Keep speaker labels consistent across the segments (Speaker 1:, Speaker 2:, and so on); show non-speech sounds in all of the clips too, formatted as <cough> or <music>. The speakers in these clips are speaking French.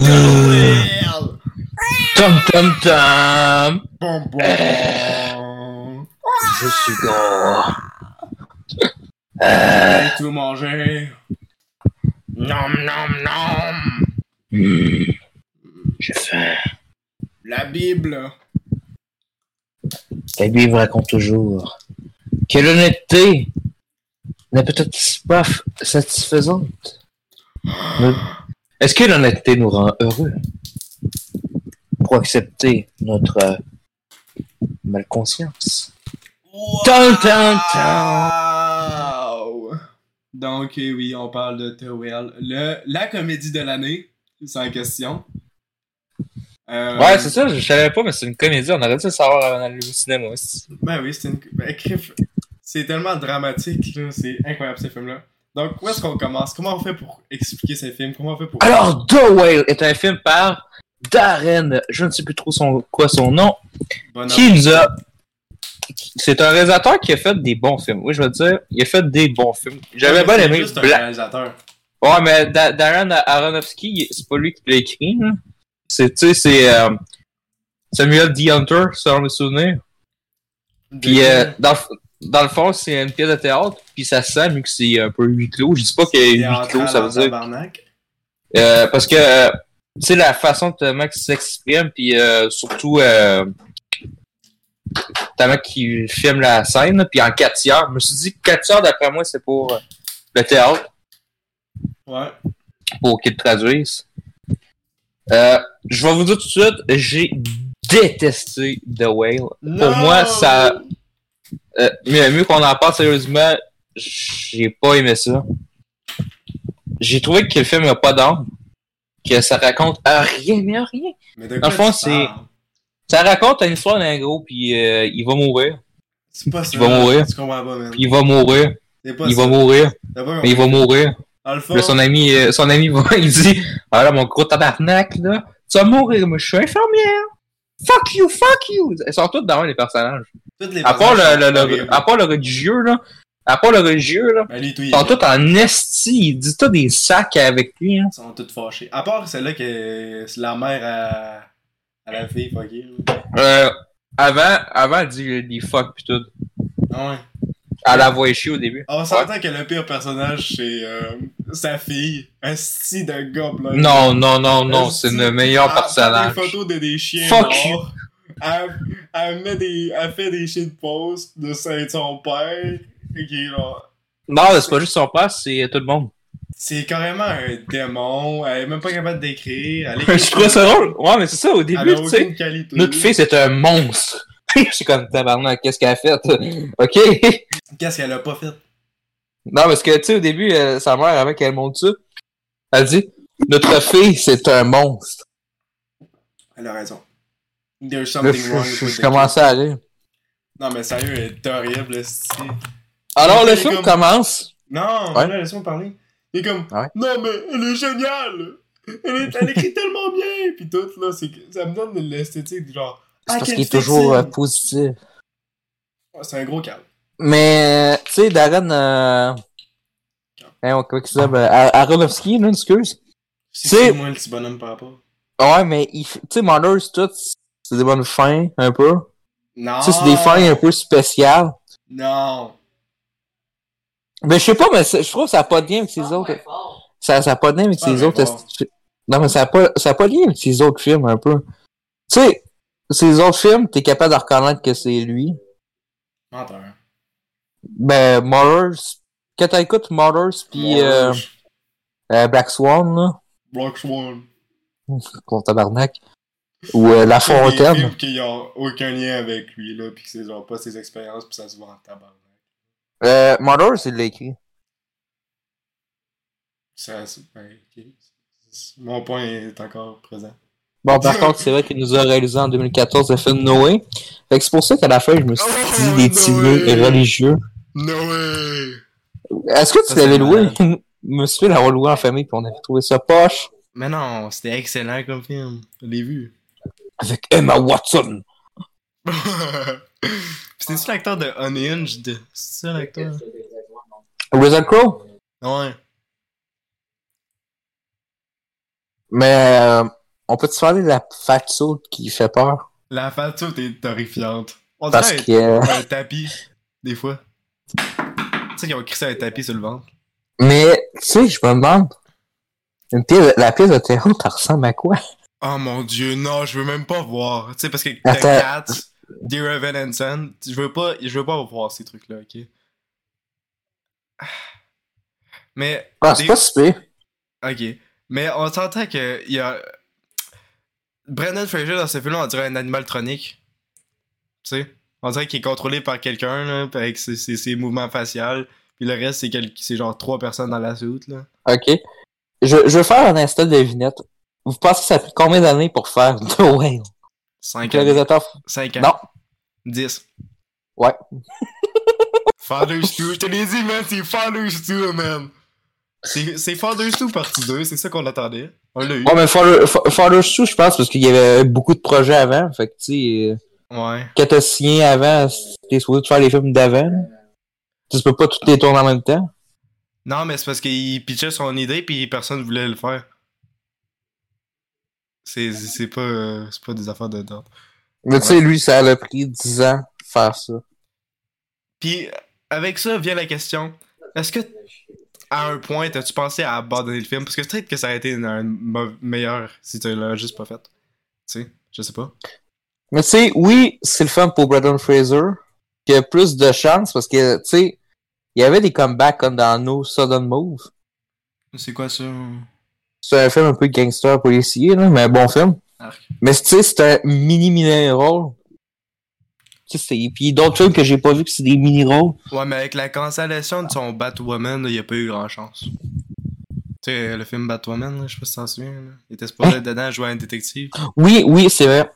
Speaker 1: Merde.
Speaker 2: Tom Tom Tom
Speaker 1: Bon, bon, bon.
Speaker 2: Je suis gros
Speaker 1: J'ai tout mangé. Nom, nom, nom.
Speaker 2: Hmm. J'ai faim.
Speaker 1: La Bible.
Speaker 2: La Bible raconte toujours. Quelle honnêteté n'est peut-être pas f- satisfaisante. Mais Est-ce que l'honnêteté nous rend heureux pour accepter notre euh, malconscience Tan, tan,
Speaker 1: Wow. Donc, eh oui, on parle de The Whale. Le, la comédie de l'année, sans question. Euh,
Speaker 3: Ouais, c'est ça, je savais pas, mais c'est une comédie, on aurait dû le savoir avant d'aller au cinéma aussi.
Speaker 1: Ben oui, c'est une. ben, crif, c'est tellement dramatique, là. C'est incroyable, ce film-là. Donc, où est-ce qu'on commence Comment on fait pour expliquer ce film Comment on fait pour.
Speaker 2: Alors, The Whale est un film par Darren, je ne sais plus trop son, quoi son nom,
Speaker 1: Bonhomme.
Speaker 2: qui nous a. C'est un réalisateur qui a fait des bons films. Oui, je veux dire, il a fait des bons films. J'avais
Speaker 1: C'est
Speaker 2: bien aimé
Speaker 1: juste un
Speaker 2: Black.
Speaker 1: réalisateur.
Speaker 2: Ouais, mais Da- Darren Aronofsky, il- c'est pas lui qui l'a écrit. là. C'est, tu sais, c'est euh, Samuel D. Hunter, selon mes souvenirs. Puis, euh, dans, le f- dans le fond, c'est une pièce de théâtre, puis ça sent, vu que c'est un peu huis clos. Je dis pas que
Speaker 1: C'est
Speaker 2: huis
Speaker 1: en
Speaker 2: clos, ça veut dire
Speaker 1: tabarnak.
Speaker 2: euh, parce que, euh, tu sais, la façon de Max s'exprime, puis euh, surtout, euh, tellement qu'il filme la scène, puis en 4 heures. Je me suis dit, 4 heures, d'après moi, c'est pour euh, le théâtre,
Speaker 1: Ouais.
Speaker 2: pour qu'il le traduise. Euh, je vais vous dire tout de suite, j'ai détesté The Whale. Pour moi, ça- Euh, mieux, mieux qu'on en parle sérieusement, j'ai pas aimé ça. J'ai trouvé que le film n'a pas d'âme, que ça raconte à rien, mais à rien.
Speaker 1: Mais de
Speaker 2: Dans le
Speaker 1: quoi
Speaker 2: fond,
Speaker 1: tu
Speaker 2: c'est-
Speaker 1: parles?
Speaker 2: Ça raconte une histoire d'un gros, puis euh, il va mourir,
Speaker 1: C'est pas ça.
Speaker 2: va mourir.
Speaker 1: Tu comprends pas, man.
Speaker 2: puis il va mourir,
Speaker 1: C'est pas
Speaker 2: il
Speaker 1: ça.
Speaker 2: va mourir,
Speaker 1: T'as pas
Speaker 2: mais
Speaker 1: compris.
Speaker 2: il va mourir.
Speaker 1: Dans le fond,
Speaker 2: Puis là, son ami, euh, son ami va, <laughs> il dit Ah là, mon gros tabarnak, là, tu vas mourir, moi je suis infirmière. Fuck you, fuck you. Elles sont toutes dans les personnages.
Speaker 1: toutes les
Speaker 2: À part le,
Speaker 1: personnages
Speaker 2: le-
Speaker 1: sont
Speaker 2: le-
Speaker 1: horribles.
Speaker 2: à part le religieux, là, à part le religieux, là,
Speaker 1: Ben, lui, tout, il
Speaker 2: ils sont
Speaker 1: est-
Speaker 2: tous en esti, ils disent tous des sacs avec lui. hein.
Speaker 1: Ils sont toutes fâchés. À part celle-là que c'est la mère à, à la fille, fuckée. là.
Speaker 2: Euh, avant, avant, elle dit des fuck pis tout.
Speaker 1: Ah ouais.
Speaker 2: Elle la voit chier au début.
Speaker 1: On s'entend que le pire personnage, c'est euh, sa fille. Un style de gobelin.
Speaker 2: Non, non, non, non, c'est le meilleur
Speaker 1: Elle
Speaker 2: personnage.
Speaker 1: fait Ah, des photos de des chiens
Speaker 2: Fuck
Speaker 1: morts. Elle, elle met des, elle fait des chiens de pause de son- son père. Qui est là.
Speaker 2: Non, c'est pas juste son père, c'est tout le monde.
Speaker 1: C'est carrément un démon. Elle est même pas capable d'écrire. Elle est-
Speaker 2: je trouvais ça drôle. Ouais, mais c'est ça, au début,
Speaker 1: Elle a
Speaker 2: tu sais,
Speaker 1: aucune qualité.
Speaker 2: notre fille, c'est un monstre. je suis comme, tabarnak, qu'est-ce qu'elle a fait? OK?
Speaker 1: Qu'est-ce qu'elle a pas fait?
Speaker 2: Non, parce que, tu sais, au début, euh, sa mère, avant qu'elle monte ça, elle dit, notre fille, c'est un monstre.
Speaker 1: Elle a raison. There's
Speaker 2: Là,
Speaker 1: something
Speaker 2: je,
Speaker 1: wrong
Speaker 2: je-
Speaker 1: with
Speaker 2: je
Speaker 1: the
Speaker 2: commençais à aller.
Speaker 1: kid. Non, mais sérieux, elle est horrible, style.
Speaker 2: Alors,
Speaker 1: Mais
Speaker 2: le
Speaker 1: c'est
Speaker 2: film
Speaker 1: comme-
Speaker 2: commence.
Speaker 1: Non,
Speaker 2: Ouais.
Speaker 1: là, laisse-moi parler. Il est comme,
Speaker 2: Ah ouais?
Speaker 1: non, mais elle est géniale! Elle, est- elle écrit tellement bien! Puis tout, là, c'est que- ça me donne de l'esthétique, du genre.
Speaker 2: C'est
Speaker 1: Ah,
Speaker 2: parce
Speaker 1: quelle
Speaker 2: qu'il est toujours euh,
Speaker 1: fétine!
Speaker 2: positif.
Speaker 1: Oh, C'est un gros câble.
Speaker 2: Mais, tu sais, Darren... Euh... hein, on- comment il s'appelle? euh, Aronofsky, là, excuse.
Speaker 1: Si
Speaker 2: C'est-
Speaker 1: C'est moi le petit bonhomme par rapport.
Speaker 2: Ouais, mais, il... f- tu sais, Mother, c'est tout... C'est des bonnes fins, un peu.
Speaker 1: Non!
Speaker 2: Tu sais, c'est
Speaker 1: Ah.
Speaker 2: des fins hein. un peu spéciales.
Speaker 1: Non!
Speaker 2: Mais je sais pas, mais c'est- je trouve que ça n'a pas de lien avec ces autres. e-, Ça n'a pas de lien avec
Speaker 1: Ah,
Speaker 2: ces
Speaker 1: mais
Speaker 2: autres.
Speaker 1: bon.
Speaker 2: esti- Non, mais ça n'a pas, ça a pas de lien avec ces autres films un peu. Tu sais, ces autres films, t'es capable de reconnaître que c'est lui.
Speaker 1: Menteur.
Speaker 2: Ben, Mothers. Quand t'écoutes Mothers puis euh, euh, Black Swan, là, <laughs>
Speaker 1: Black Swan.
Speaker 2: ton tabarnak, ou euh, La
Speaker 1: C'est des
Speaker 2: Fontaine.
Speaker 1: films qui n'ont aucun lien avec lui, là, pis que c'est genre pas ses expériences, pis ça se voit en tabarnak.
Speaker 2: Euh, Mothers, il l'a écrit.
Speaker 1: Ça, c'est. ben, ok. Mon point est encore présent.
Speaker 2: Bon, par contre, c'est vrai qu'il nous a réalisé en 2014 le film Noé. Fait que c'est pour ça qu'à la fin, je me suis
Speaker 1: Oh,
Speaker 2: dit des petits
Speaker 1: Noé.
Speaker 2: nœuds religieux.
Speaker 1: No way!
Speaker 2: Est-ce que
Speaker 1: Ça,
Speaker 2: tu l'avais
Speaker 1: c'est
Speaker 2: loué? <laughs>
Speaker 1: malade.
Speaker 2: Monsieur l'avait loué en famille, puis on avait trouvé ça poche.
Speaker 1: Mais non, c'était excellent comme film. Je l'ai vu. <laughs>
Speaker 2: Avec Emma Watson.
Speaker 1: Puis c'est-tu l'acteur de Unhinged? C'est ça l'acteur?
Speaker 2: Razor Crow?
Speaker 1: Ouais.
Speaker 2: Mais euh, on peut-tu parler de la fatsoute qui fait peur?
Speaker 1: La fatsoute est horrifiante. On
Speaker 2: Parce
Speaker 1: dirait
Speaker 2: que... euh,
Speaker 1: un, un tapis, des fois. Tu sais qu'ils ont crissé un tapis sur le ventre.
Speaker 2: Mais, tu sais, je me demande... Une pièce, la pièce de terrain, ça ressemble à quoi?
Speaker 1: Oh mon dieu, non, je veux même pas voir. Tu sais, parce que The
Speaker 2: Attends.
Speaker 1: Cat, Dear Evan and Sand, je veux pas, je veux pas voir ces trucs-là, ok? Ah. Mais,
Speaker 2: Ah, c'est
Speaker 1: Des-
Speaker 2: pas si pire.
Speaker 1: ok. Mais on s'entend que il y a. Brandon Fraser dans ce film-là, on dirait un animal tronique. Tu sais? On dirait qu'il est contrôlé par quelqu'un, là, puis avec ses, ses- ses mouvements faciales. Puis le reste, c'est quel- c'est genre trois personnes dans la soute, là.
Speaker 2: OK. Je, je veux faire un instant de devinette. Vous pensez que ça a pris combien d'années pour faire <laughs> The Whale?
Speaker 1: Cinq
Speaker 2: Que le
Speaker 1: ans.
Speaker 2: réalisateur...
Speaker 1: Cinq ans.
Speaker 2: Non.
Speaker 1: 10. <laughs>
Speaker 2: Ouais.
Speaker 1: Father's 2, je te l'ai dit, man, c'est Father's 2, man. C'est c'est Father's 2 partie 2, c'est ça qu'on attendait. On l'a eu.
Speaker 2: Ouais, mais Father, Fa- Father Sue, je pense, parce qu'il y avait beaucoup de projets avant. Fait que, tu sais, euh,
Speaker 1: Ouais.
Speaker 2: quand t'as signé avant, t'es supposé de faire les films d'avant. Tu peux pas tous les tourner en même temps.
Speaker 1: Non, mais c'est parce qu'il pitchait son idée puis personne voulait le faire. C'est c'est pas, euh, c'est pas des affaires de temps.
Speaker 2: Mais tu sais, lui, ça a pris 10 ans de faire ça.
Speaker 1: Puis avec ça vient la question est-ce que à un point t'as-tu pensé à abandonner le film Parce que peut-être que ça aurait été un mau- meilleur si tu l'as juste pas fait. Tu sais, je sais pas.
Speaker 2: Mais tu sais, oui, c'est le fun pour Brendan Fraser, qui a plus de chance, parce que, tu sais, il y avait des comebacks comme dans No Sudden Move.
Speaker 1: C'est quoi ça
Speaker 2: C'est un film un peu gangster policier, là, mais un bon film.
Speaker 1: Arc.
Speaker 2: Mais tu sais, c'est un mini mini rôle. Tu sais, c'est- puis d'autres films que j'ai pas vu que c'est des mini rôles.
Speaker 1: Ouais, mais avec la cancellation de son Batwoman, il a pas eu grand chance. Tu sais, le film Batwoman, là, je sais pas si t'en souviens. là. Il était supposé être dedans jouer à un détective.
Speaker 2: Oui, oui, c'est vrai.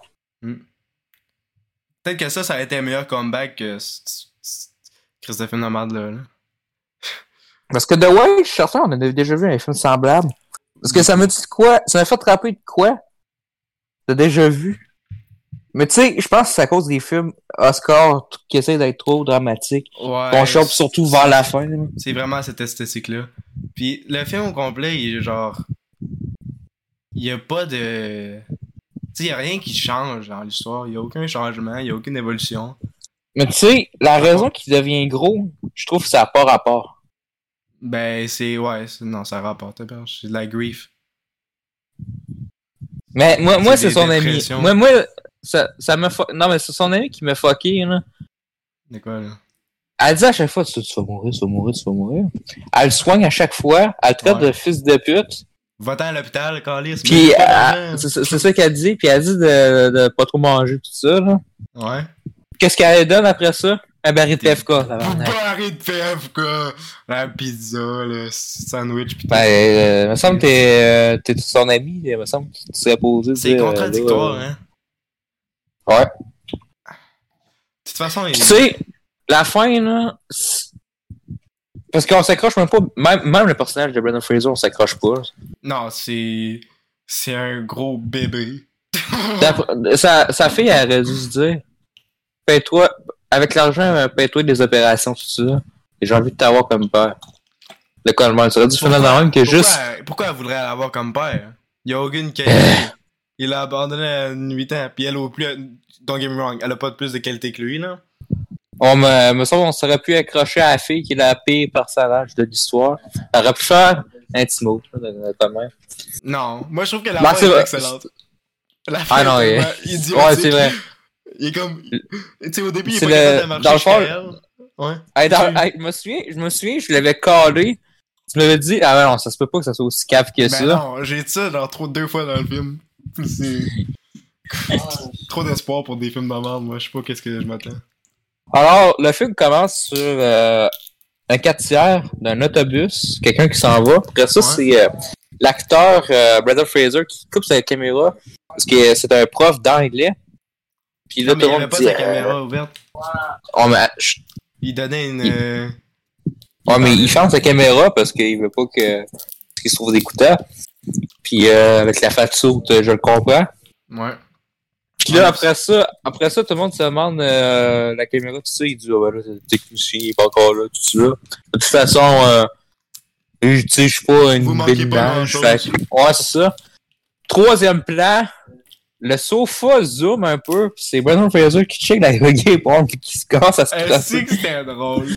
Speaker 1: Peut-être que ça, ça aurait été un meilleur comeback que c- c- c- Christophe Nomad là. là.
Speaker 2: Parce que The Way, certain, on en a déjà vu un film semblable. Parce que ça me dit de quoi? Ça m'a fait rappeler de quoi? T'as déjà vu? Mais tu sais, je pense que c'est à cause des films Oscar t- qui essaient d'être trop dramatiques.
Speaker 1: Ouais.
Speaker 2: Qu'on chope surtout vers la fin. là.
Speaker 1: C'est vraiment cette esthétique-là. Puis le film au complet, il est genre. Il y a pas de. Tu sais, il y a rien qui change dans l'histoire. Il y a aucun changement, il y a aucune évolution.
Speaker 2: Mais tu sais, la raison qu'il devient gros, je trouve que ça n'a pas rapport.
Speaker 1: Ben, c'est. Ouais, c'est- non, ça rapporte pas. C'est de la grief.
Speaker 2: Mais moi, moi
Speaker 1: C'est
Speaker 2: c'est
Speaker 1: des
Speaker 2: son ami.
Speaker 1: dépressions.
Speaker 2: Moi, moi, ça, ça me fuck- Non, mais c'est son ami qui me fucké, là.
Speaker 1: De quoi, là?
Speaker 2: Elle dit à chaque fois, tu, tu vas mourir, tu vas mourir, tu vas mourir. Elle le soigne à chaque fois, elle le traite
Speaker 1: Ouais.
Speaker 2: de fils de pute.
Speaker 1: Va-t'en à l'hôpital, Calis.
Speaker 2: Puis, euh, elle- c'est c'est ça qu'elle dit, puis elle dit de, de pas trop manger, tout ça, là.
Speaker 1: Ouais.
Speaker 2: Qu'est-ce qu'elle donne après ça? Un baril de PFK, tabarnak.
Speaker 1: Barré de fèves, quoi. La pizza, le sandwich, pis tout.
Speaker 2: Ben, euh, me semble que t'es, euh, t'es son ami, il me semble que tu serais posé. euh,
Speaker 1: c'est contradictoire, hein.
Speaker 2: Ouais.
Speaker 1: De toute façon, il...
Speaker 2: Puis tu sais, la fin, là. c'est- Parce qu'on s'accroche même pas. Même, même le personnage de Brendan Fraser, on s'accroche pas.
Speaker 1: non, c'est. C'est un gros bébé.
Speaker 2: Sa- Sa, sa fille, elle aurait dû se dire Paye-toi, avec l'argent, euh, paye-toi des opérations, tout ça. Et j'ai envie de t'avoir comme père. Le Coleman, ça aurait dû finir dans le même que
Speaker 1: Pourquoi,
Speaker 2: juste.
Speaker 1: pourquoi elle voudrait l'avoir comme père? Il y a aucune
Speaker 2: <sighs>
Speaker 1: qualité. Il l'a abandonné à 8 ans, puis elle au plus. Don't get me wrong, elle a pas de plus de qualité que lui, là.
Speaker 2: On me, me semble qu'on s'aurait pu accrocher à la fille qui est la pire personnage de l'histoire. Elle aurait pu faire un petit mot, là, de- de ta mère.
Speaker 1: Non, moi je trouve que la
Speaker 2: Ben,
Speaker 1: fin
Speaker 2: c'est
Speaker 1: est
Speaker 2: vrai.
Speaker 1: excellente. La
Speaker 2: Ah non,
Speaker 1: est
Speaker 2: il-
Speaker 1: tellement idiotique.
Speaker 2: Ouais, c'est vrai.
Speaker 1: Il est comme. Tu sais, au début, il est
Speaker 2: C'est
Speaker 1: pas
Speaker 2: le-
Speaker 1: capable de marcher
Speaker 2: dans le
Speaker 1: jusqu'à
Speaker 2: fond,
Speaker 1: elle. Ouais.
Speaker 2: Hey, dans-
Speaker 1: Tu-
Speaker 2: hey, je me souviens, je me souviens, je l'avais calé. Tu m'avais dit, ah ouais, non, ça se peut pas que ça soit aussi cave que
Speaker 1: Ben
Speaker 2: ça.
Speaker 1: non, j'ai dit ça genre trop deux fois dans le film. <laughs> C'est. trop d'espoir pour des films de merde, moi. Je sais pas qu'est-ce que je m'attends.
Speaker 2: Alors, le film commence sur euh, un 4 tiers d'un autobus, quelqu'un qui s'en va. Après ça,
Speaker 1: Ouais.
Speaker 2: c'est euh, l'acteur euh, Brendan Fraser qui coupe sa caméra parce que c'est un prof d'anglais. Puis là,
Speaker 1: Non, mais
Speaker 2: tout
Speaker 1: il
Speaker 2: le
Speaker 1: avait
Speaker 2: monde
Speaker 1: pas
Speaker 2: dit.
Speaker 1: sa
Speaker 2: euh,
Speaker 1: caméra ouverte.
Speaker 2: oh, mais, chut.
Speaker 1: Il donnait une.
Speaker 2: Il-
Speaker 1: euh,
Speaker 2: Ouais, mais il ferme sa caméra parce qu'il veut pas que parce qu'il se trouve écoutant. Puis euh, avec la fatsoute, je le comprends.
Speaker 1: Ouais.
Speaker 2: Puis là, après ça, après ça, tout le monde se demande euh, la caméra, tout ça, il dit Ah ben là, le technicien il est pas encore là, tout ça. De toute façon, euh, je- tu sais, je suis pas une
Speaker 1: Vous manquez
Speaker 2: belle
Speaker 1: pas
Speaker 2: image,
Speaker 1: grand-chose.
Speaker 2: fait que- Ouais, c'est ça. troisième plan, le sofa zoom un peu, puis c'est Brendan Fraser qui check la <laughs> reggae porn pis qui se commence à se
Speaker 1: Elle
Speaker 2: crosser. <laughs>
Speaker 1: sait Euh, que c'était drôle.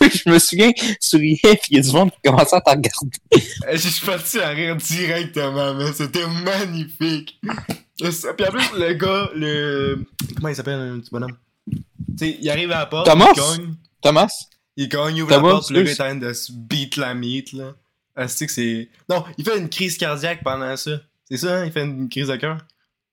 Speaker 2: Oui, je me souviens, sur rien, pis il y a du monde qui commençait à t'en regarder.
Speaker 1: Euh, Je suis parti à rire directement, mais c'était <laughs> magnifique. Et ça- Puis en plus, le gars, le. Comment il s'appelle, le petit bonhomme Tu sais, il arrive à la porte.
Speaker 2: Thomas?
Speaker 1: Il cogne,
Speaker 2: Thomas?
Speaker 1: il cogne, il ouvre
Speaker 2: Thomas,
Speaker 1: la porte, puis le gars est
Speaker 2: excuse.
Speaker 1: en train de se beat la meat, là. Ah, c'est que c'est. Non, il fait une crise cardiaque pendant ça. C'est ça, hein? Il fait une crise de cœur.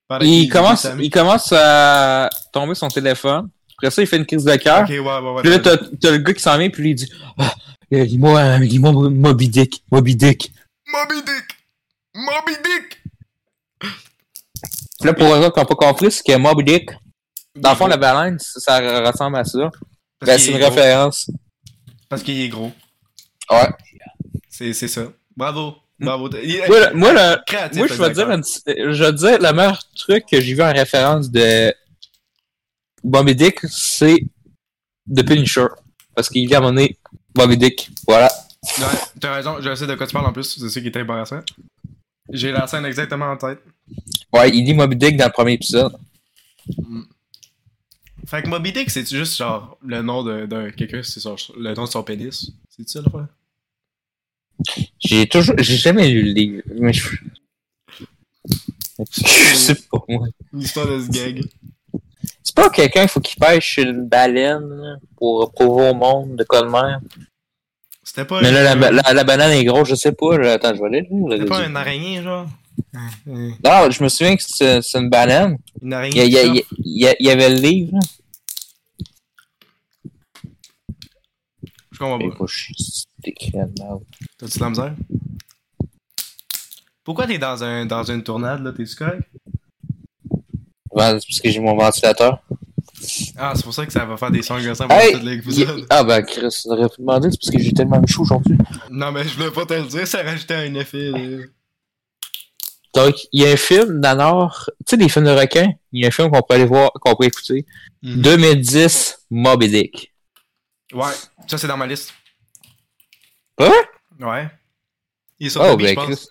Speaker 1: Pendant qu'il
Speaker 2: Il
Speaker 1: beat
Speaker 2: commence,
Speaker 1: la meat.
Speaker 2: il commence à tomber sur son téléphone. Après ça, il fait une crise de cœur.
Speaker 1: Ok, ouais, ouais, ouais.
Speaker 2: Puis là, t'as t'as le gars qui s'en vient, puis lui, il dit ah, euh, Lis-moi euh, lis-moi Mo- Moby Dick, Moby Dick.
Speaker 1: Moby Dick Moby Dick
Speaker 2: Puis là, pour eux autres qui n'ont pas compris, c'est que Moby Dick, dans le fond, la baleine, ça, ça ressemble à ça.
Speaker 1: Parce
Speaker 2: Ben,
Speaker 1: qu'il
Speaker 2: c'est
Speaker 1: est
Speaker 2: une
Speaker 1: gros.
Speaker 2: référence.
Speaker 1: Parce qu'il est gros.
Speaker 2: Ouais. Mm.
Speaker 1: C'est c'est ça. Bravo. Bravo. Il est
Speaker 2: Moi, le- moi, le-
Speaker 1: créatif,
Speaker 2: moi
Speaker 1: le
Speaker 2: je vais
Speaker 1: directeur.
Speaker 2: dire, une petite- je vais dire le meilleur truc que j'ai vu en référence de Moby Dick, c'est The Punisher. Parce qu'il vient à un moment donné, Moby Dick. Voilà.
Speaker 1: Ouais, t'as raison, je sais de quoi tu parles en plus, c'est ça qui est embarrassant. J'ai la scène exactement en tête.
Speaker 2: Ouais, il dit Moby Dick dans le premier épisode.
Speaker 1: Fait que Moby Dick, c'est juste genre le nom de, de quelqu'un, c'est son- le nom de son pénis. C'est ça le problème?
Speaker 2: J'ai toujours, j'ai jamais lu le livre, mais je. <laughs> Je sais pas, moi.
Speaker 1: L'histoire de ce gag.
Speaker 2: C'est pas quelqu'un, il faut qu'il pêche une baleine là, pour prouver au monde de quoi de mer.
Speaker 1: C'était pas,
Speaker 2: Mais là, la,
Speaker 1: un-
Speaker 2: ba- la, la banane est grosse, je sais pas. là. Attends, je vais aller. lire,
Speaker 1: c'était
Speaker 2: le
Speaker 1: pas
Speaker 2: résumé.
Speaker 1: une araignée, genre? Euh,
Speaker 2: Non, je me souviens que c'est c'est une banane.
Speaker 1: Une
Speaker 2: Il y,
Speaker 1: araignée.
Speaker 2: a- il y a-
Speaker 1: genre?
Speaker 2: il y a- il y a- il y avait le livre. là.
Speaker 1: Je comprends
Speaker 2: Mais
Speaker 1: pas.
Speaker 2: faut que je- c'est écrit là-dedans.
Speaker 1: T'as-tu de la misère? Pourquoi t'es dans, un, dans une tournade là? T'es-tu correct?
Speaker 2: Ouais, c'est Parce que j'ai mon ventilateur.
Speaker 1: Ah, c'est pour ça que ça va faire des sons agressants pour
Speaker 2: Hey,
Speaker 1: tout
Speaker 2: il y a-
Speaker 1: l'épisode.
Speaker 2: Ah ben Chris, ça aurait pu demander, c'est parce que j'ai tellement chaud aujourd'hui.
Speaker 1: Non, mais je voulais pas te le dire, ça rajoutait un effet. là.
Speaker 2: Donc, il y a un film d'Anor, tu sais, des films de requins, il y a un film qu'on peut aller voir, qu'on peut écouter.
Speaker 1: Mhm.
Speaker 2: 2010, Moby Dick.
Speaker 1: Ouais, ça c'est dans ma liste.
Speaker 2: Hein?
Speaker 1: Ouais. Il est sur
Speaker 2: Oh,
Speaker 1: Tubi, je
Speaker 2: ben,
Speaker 1: pense.
Speaker 2: Chris.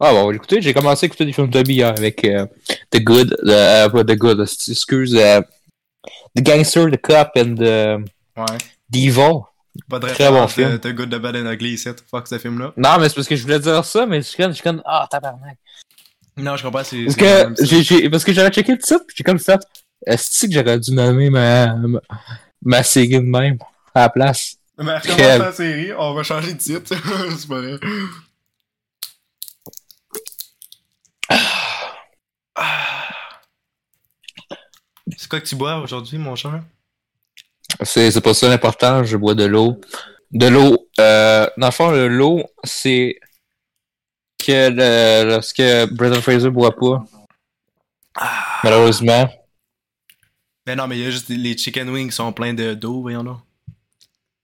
Speaker 2: Ah, bon, écoutez, j'ai commencé à écouter des films de Dobby hier avec euh, The Good, the, euh, pas The Good, euh, excuse, euh, The Gangster, The Cop and The,
Speaker 1: Ouais.
Speaker 2: the Evil.
Speaker 1: Pas de
Speaker 2: Très bon
Speaker 1: référence de-
Speaker 2: film.
Speaker 1: de Good, de Bad and Ugly ici. Fuck ce film-là.
Speaker 2: Non, mais c'est parce que je voulais dire ça, mais je suis comme, je suis comme, ah, tabarnak.
Speaker 1: Non, je comprends, c'est.
Speaker 2: Parce
Speaker 1: c'est quand
Speaker 2: que,
Speaker 1: même ça.
Speaker 2: j'ai, j'ai- parce que j'avais checké le titre, puis j'ai comme fait, est-ce que j'aurais dû nommer ma, ma, ma série de même à la place?
Speaker 1: Mais recommence
Speaker 2: Crève.
Speaker 1: la série, on va changer de titre. <laughs> c'est pas vrai. Ah. C'est quoi que tu bois aujourd'hui, mon cher?
Speaker 2: C'est, c'est pas ça l'important, je bois de l'eau. De l'eau, euh, dans le fond, le- l'eau, c'est que le- lorsque Brendan Fraser boit pas, malheureusement.
Speaker 1: Ah, Mais Ben non, mais il y a juste les chicken wings qui sont pleins de- d'eau, voyons là.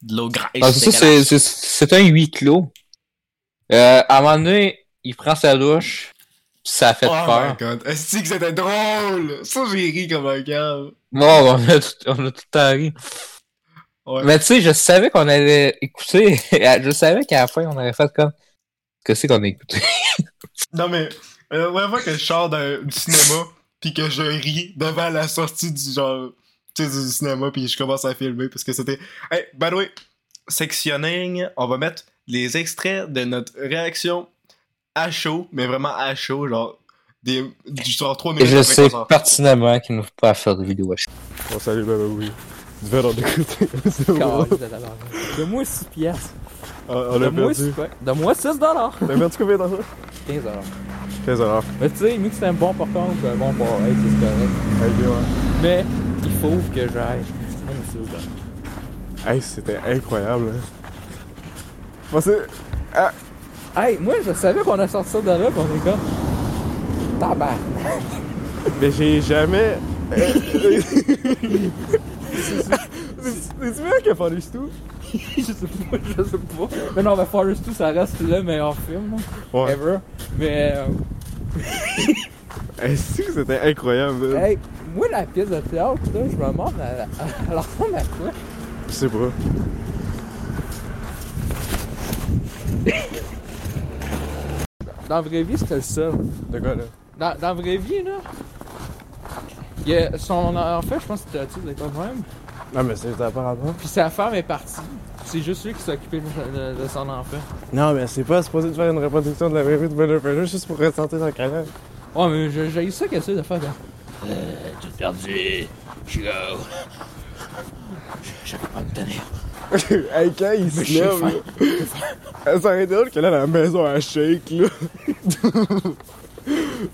Speaker 1: De l'eau grasse.
Speaker 2: Parce que Ah, ça, c'est, c'est, c'est un huis clos. Euh, à un moment donné, il prend sa douche, pis ça a fait
Speaker 1: oh my
Speaker 2: peur.
Speaker 1: god. Est-ce que c'était drôle? Ça, j'ai ri comme un cave.
Speaker 2: Bon, on a tout, on a tout le temps ri.
Speaker 1: Ouais.
Speaker 2: Mais tu sais, je savais qu'on allait écouter, <laughs> je savais qu'à la fin, on aurait fait comme, qu'est-ce qu'on a écouté?
Speaker 1: Non, mais euh, la première fois que je sors d'un- du cinéma, puis que je ris devant la sortie du genre, tu sais, du cinéma, puis je commence à filmer, parce que c'était. Hey, by the way, sectionning, on va mettre les extraits de notre réaction à chaud, mais vraiment à chaud, genre, des, du genre 3 minutes
Speaker 2: je
Speaker 1: après
Speaker 2: sais
Speaker 1: qu'on sort.
Speaker 2: pertinemment qu'il ne faut pas faire de vidéo à chaud.
Speaker 4: On salut, ben ben oui. Du verre de côté. C'est bon.
Speaker 5: De moi 6 piastres.
Speaker 4: Ah, On on
Speaker 5: De
Speaker 4: l'a
Speaker 5: moi,
Speaker 4: perdu.
Speaker 5: six- ouais. de moi 6 dollars.
Speaker 4: T'as perdu combien dans ça
Speaker 5: 15 dollars.
Speaker 4: 15 heures.
Speaker 5: Mais tu sais, vu que c'est un bon portant, un bon pour hey, c'est correct.
Speaker 4: ouais.
Speaker 5: Mais il faut que j'aille. Même 6 dollars.
Speaker 4: Hey, c'était incroyable. Hein. Moi, c'est. Ah,
Speaker 5: Hey, moi je savais qu'on a sorti ça de là, pis on est comme. Tabac.
Speaker 4: mais j'ai jamais. euh,
Speaker 1: <laughs>
Speaker 4: C'est vrai qu'il a fallu tout.
Speaker 5: <laughs> je sais pas, je sais pas. Mais non, mais Forest 2, ça reste le meilleur film, là.
Speaker 4: Ouais.
Speaker 5: Ever. Mais. euh,
Speaker 4: Hey, c'est que c'était incroyable. man.
Speaker 5: hey, moi la pièce de théâtre, là, je me demande, elle elle ressemble à quoi
Speaker 4: Je sais pas.
Speaker 5: dans la vraie vie, c'était le seul.
Speaker 4: De quoi, là?
Speaker 5: Dans, dans la vraie vie, là. il y a son enfant, je pense que c'était autiste, des affaires de même.
Speaker 4: Non, mais c'est pas rapport.
Speaker 5: Puis sa femme est partie. C'est juste lui qui s'est occupé de, de- de son enfant.
Speaker 4: Non, mais c'est pas supposé de faire une reproduction de la vraie vie de Brandon Fraser juste pour ressortir dans le canal.
Speaker 5: Ouais, mais je- j'ai eu ça qu'elle essaie de faire. là.
Speaker 4: <laughs> hey, quand il se lève,
Speaker 5: <laughs>
Speaker 4: là, ça aurait été drôle que là, la maison à shake, là.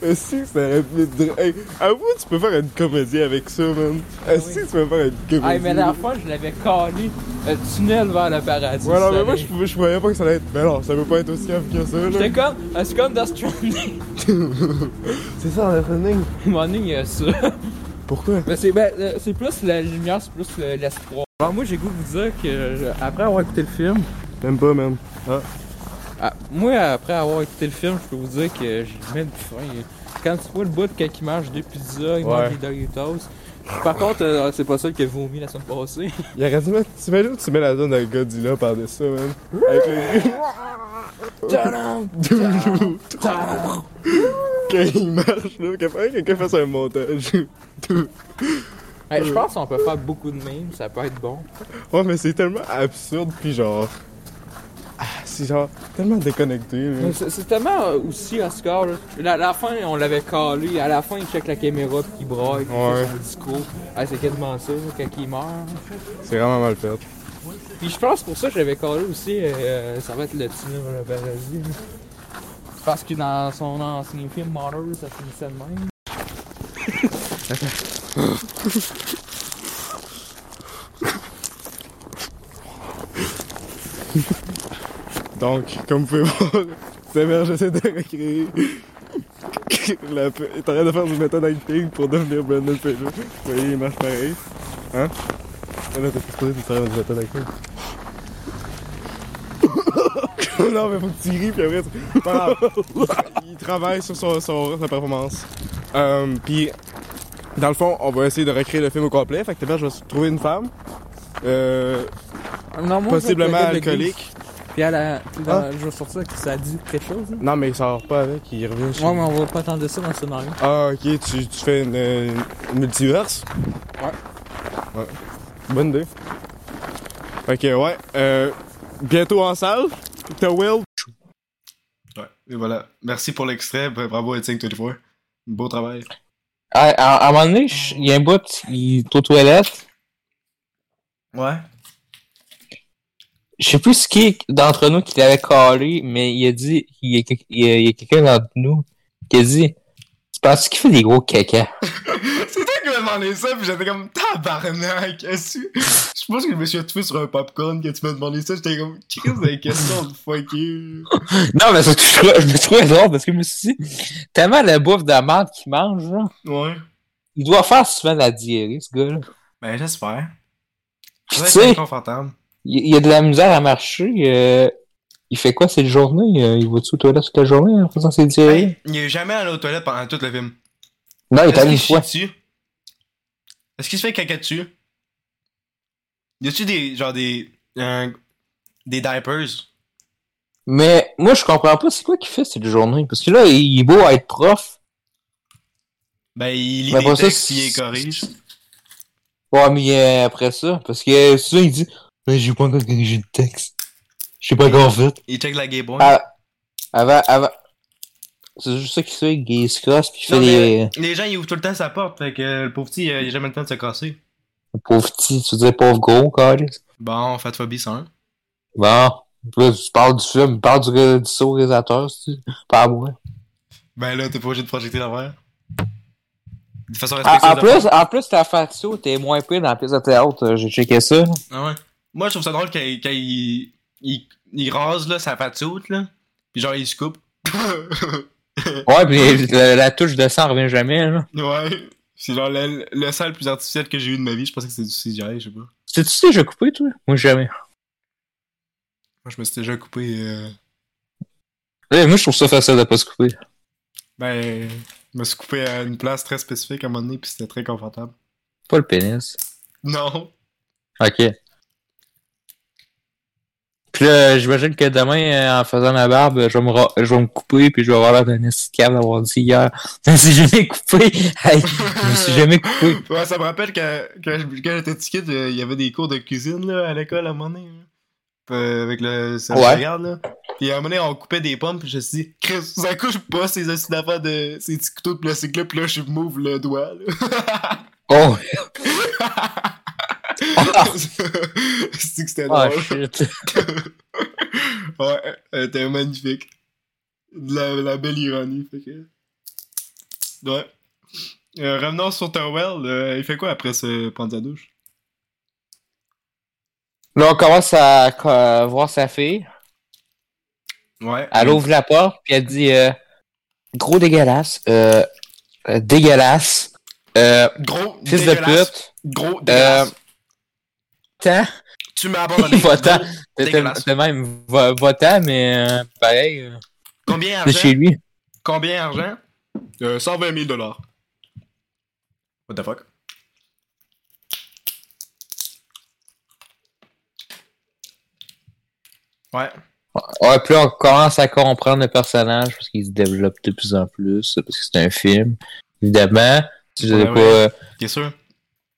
Speaker 4: Est-ce que ça aurait pu être drôle? Hey, avoue, tu peux faire une comédie avec ça, man. Est-ce que tu peux faire une comédie?
Speaker 5: Ah, mais la fois, je l'avais calé le tunnel vers le paradis.
Speaker 4: Ouais, non,
Speaker 5: ça
Speaker 4: mais moi,
Speaker 5: allait.
Speaker 4: je, pouvais- je croyais pas que ça allait être. Mais non, ça peut pas être aussi grave que ça, là.
Speaker 5: J'étais comme. ah, C'est comme dans Stranding.
Speaker 4: <laughs> C'est ça, la running.
Speaker 5: <laughs> Morning, il y a ça.
Speaker 4: Pourquoi?
Speaker 5: Mais c'est ben, euh, c'est plus la lumière, c'est plus le- l'espoir. Alors, moi, j'ai goût de vous dire que euh, après avoir écouté le film.
Speaker 4: Même pas, man.
Speaker 5: Ah, moi, après avoir écouté le film, je peux vous dire que j'ai même plus faim. Quand tu vois le bout de quand il mange des pizzas, il mange
Speaker 4: Ouais.
Speaker 5: des Doritos. Par contre, euh, c'est pas ça que vomi la semaine <laughs> passée.
Speaker 4: Il aurait dû mettre. T'imagines où tu mets la zone de Godzilla par-dessus ça, man? Avec le.
Speaker 5: Tadam! Tadam!
Speaker 4: <laughs> Quand il marche, là. Qu'il faudrait que quelqu'un fasse un montage.
Speaker 5: Hey, je pense qu'on peut faire beaucoup de mimes, ça peut être bon.
Speaker 4: ouais, mais c'est tellement absurde, pis genre. Ah, c'est genre. Tellement déconnecté, là.
Speaker 5: Mais C'est c'est tellement euh, aussi Oscar. Là. La, la fin, on l'avait calé. À la fin, il check la caméra puis il braille. puis il fait
Speaker 4: Ouais.
Speaker 5: son discours. Ah, c'est quasiment ça quand il meurt.
Speaker 4: C'est vraiment mal fait.
Speaker 5: Puis je pense pour ça que j'avais calé aussi, euh, ça va être le tunnel vers le paradis. Parce que dans son ancien film, Mother, ça finissait de même.
Speaker 4: Donc, comme vous pouvez voir, <laughs> Samuel, j'essaie de recréer. <laughs> la... pe- Il est en train de faire du method acting pour devenir Brandon Fraser. Vous voyez, il marche pareil. Hein? Ah Là, t'es supposé de faire du method acting. <laughs> non, mais faut que tu ris, puis après, tu- Pas grave. Il travaille sur son, son- sa performance. Euh, puis, dans le fond, on va essayer de recréer le film au complet. Fait que Samuel, je vais trouver une femme. Euh,
Speaker 5: Non, moi,
Speaker 4: possiblement alcoolique.
Speaker 5: Puis à la, puis dans-
Speaker 4: Ah.
Speaker 5: je vais sortir que ça dit quelque chose. hein. Là.
Speaker 4: Non, mais il sort pas avec, il revient chez
Speaker 5: Ouais, mais on va pas attendre ça dans le scénario.
Speaker 4: Ah, ok, tu, tu fais une, euh, une multiverse? Ouais. Ouais. Bonne idée. Ok, ouais. Euh, bientôt en salle. The Will.
Speaker 1: Ouais, et voilà. Merci pour l'extrait. bra- Bravo, Étienne, tout le fois. Beau travail.
Speaker 2: À, à- à un moment donné, je- il y a un bout, il est aux toilettes.
Speaker 1: Ouais.
Speaker 2: Je sais plus ce qui d'entre nous qui l'avait calé, mais il a dit, il y a, quel- il y a- il y a quelqu'un d'entre nous qui a dit, tu penses qu'il fait des gros caca?
Speaker 1: C'est toi qui m'as demandé ça, puis j'étais comme tabarnak. est-ce que- Je pense que je me suis retrouvé sur un popcorn quand tu m'as demandé ça. J'étais comme, Chris, des questions de fuck you.
Speaker 2: Non, mais c'est que je, trouvais- je me trouvais drôle parce que je me suis dit, tellement la bouffe de la merde qu'il mange, là,
Speaker 1: Ouais.
Speaker 2: il doit faire souvent de la diarrhée, ce gars-là.
Speaker 1: Ben, j'espère. Ça
Speaker 2: Puis, tu
Speaker 1: va être
Speaker 2: sais,
Speaker 1: inconfortable.
Speaker 2: il, il a de la misère à marcher. euh, il fait quoi cette journée? Euh, Il va-tu aux toilettes toute la journée en faisant ses diarrhées?
Speaker 1: Hey, il est jamais allé aux toilettes pendant tout le film.
Speaker 2: Non, il est
Speaker 1: Est-ce
Speaker 2: allé
Speaker 1: qu'il
Speaker 2: une
Speaker 1: chie
Speaker 2: fois.
Speaker 1: dessus? Est-ce qu'il se fait caca dessus? Y a-tu des, genre des, euh, des diapers?
Speaker 2: Mais moi, je comprends pas c'est quoi qu'il fait cette journée. Parce que là, il est beau à être prof.
Speaker 1: Ben, il lit
Speaker 2: Mais
Speaker 1: des
Speaker 2: après ça,
Speaker 1: textes, il
Speaker 2: c'est-
Speaker 1: les corrige.
Speaker 2: Ouais, mais euh, après ça, parce que ça, il dit Mais j'ai pas encore corrigé le texte. Je sais pas encore fait.
Speaker 1: Il check la gay boy.
Speaker 2: Ah, Avant, avant. C'est juste ça qu'il fait, il se crosse, puis il fait
Speaker 1: Non,
Speaker 2: des. euh,
Speaker 1: mais Les gens, ils ouvrent tout le temps sa porte, fait que euh, le pauvre petit, euh, il a jamais le temps de se casser.
Speaker 2: Pauvre petit, tu veux dire pauvre gros, carré.
Speaker 1: Bon, fatphobie 101.
Speaker 2: Bon. Puis Là, tu parles du film, tu parles du, ré- du saut réalisateur, si tu. Pas à moi.
Speaker 1: Ben là, t'es pas obligé de projecter l'envers. De façon
Speaker 2: En,
Speaker 1: respectueuse.
Speaker 2: Ah, en plus, en plus, ta faction, t'es moins pire dans la pièce de théâtre, euh, j'ai checké ça. là.
Speaker 1: Ah ouais. Moi, je trouve ça drôle quand, quand il, il, il rase là, sa patioute, là. Puis genre, il se coupe.
Speaker 2: Ouais, pis la, la touche de sang revient jamais, là.
Speaker 1: ouais. C'est genre le, le sale plus artificiel que j'ai eu de ma vie. Je pensais que c'était du CGI, je sais pas. Moi,
Speaker 2: C'était-tu déjà coupé, toi? Moi, jamais.
Speaker 1: je me suis déjà coupé. euh,
Speaker 2: Ouais, Eh, moi, je trouve ça facile de pas se couper.
Speaker 1: Ben, je me suis coupé à une place très spécifique à un moment donné, puis c'était très confortable.
Speaker 2: Pas le pénis.
Speaker 1: Non.
Speaker 2: Ok. Puis là, j'imagine que demain, euh, en faisant ma barbe, je vais me, ra- je vais me couper, puis je vais avoir l'air d'un esti de cave d'avoir dit hier. <laughs> Je me suis jamais coupé. Hey, je me suis jamais coupé.
Speaker 1: Ouais, ça me rappelle que quand, je- quand j'étais petit kid, euh, il y avait des cours de cuisine là, à l'école à un moment donné. là. Puis, euh, avec le ça
Speaker 2: Ouais.
Speaker 1: regarde là. Puis à un moment donné, on coupait des pommes, puis je me suis dit, Chris, ça couche pas ces acides d'affaires de ces petits couteaux de plastique là, puis là, je m'ouvre le doigt. Là. <laughs>
Speaker 2: Oh,
Speaker 1: c'est que c'était
Speaker 2: oh
Speaker 1: drôle.
Speaker 2: shit.
Speaker 1: ouais, elle était magnifique. De la, la belle ironie. Fait que... Ouais. Euh, revenons sur Towell, euh, il fait quoi après ce prendre sa douche?
Speaker 2: Là, on commence à, à voir sa fille.
Speaker 1: Ouais.
Speaker 2: Elle ouvre la porte, puis elle dit euh, Gros dégueulasse. Euh, euh, dégueulasse. Euh,
Speaker 1: Gros,
Speaker 2: fils de
Speaker 1: dégueulasse.
Speaker 2: pute.
Speaker 1: Gros,
Speaker 2: Euh,
Speaker 1: dégueulasse.
Speaker 2: tant.
Speaker 1: tu m'as abandonné.
Speaker 2: <laughs> votant.
Speaker 1: Gros,
Speaker 2: C'était
Speaker 1: dégueulasse.
Speaker 2: c'était même vo- votant, mais euh, pareil. euh,
Speaker 1: Combien
Speaker 2: C'est
Speaker 1: d'argent?
Speaker 2: chez lui.
Speaker 1: Combien d'argent? Euh, 120 000 dollars. What the fuck? Ouais.
Speaker 2: Ouais, puis là, on commence à comprendre le personnage parce qu'il se développe de plus en plus parce que c'est un film. Évidemment, tu sais
Speaker 1: Ouais,
Speaker 2: pas. euh,
Speaker 1: ouais. T'es sûr?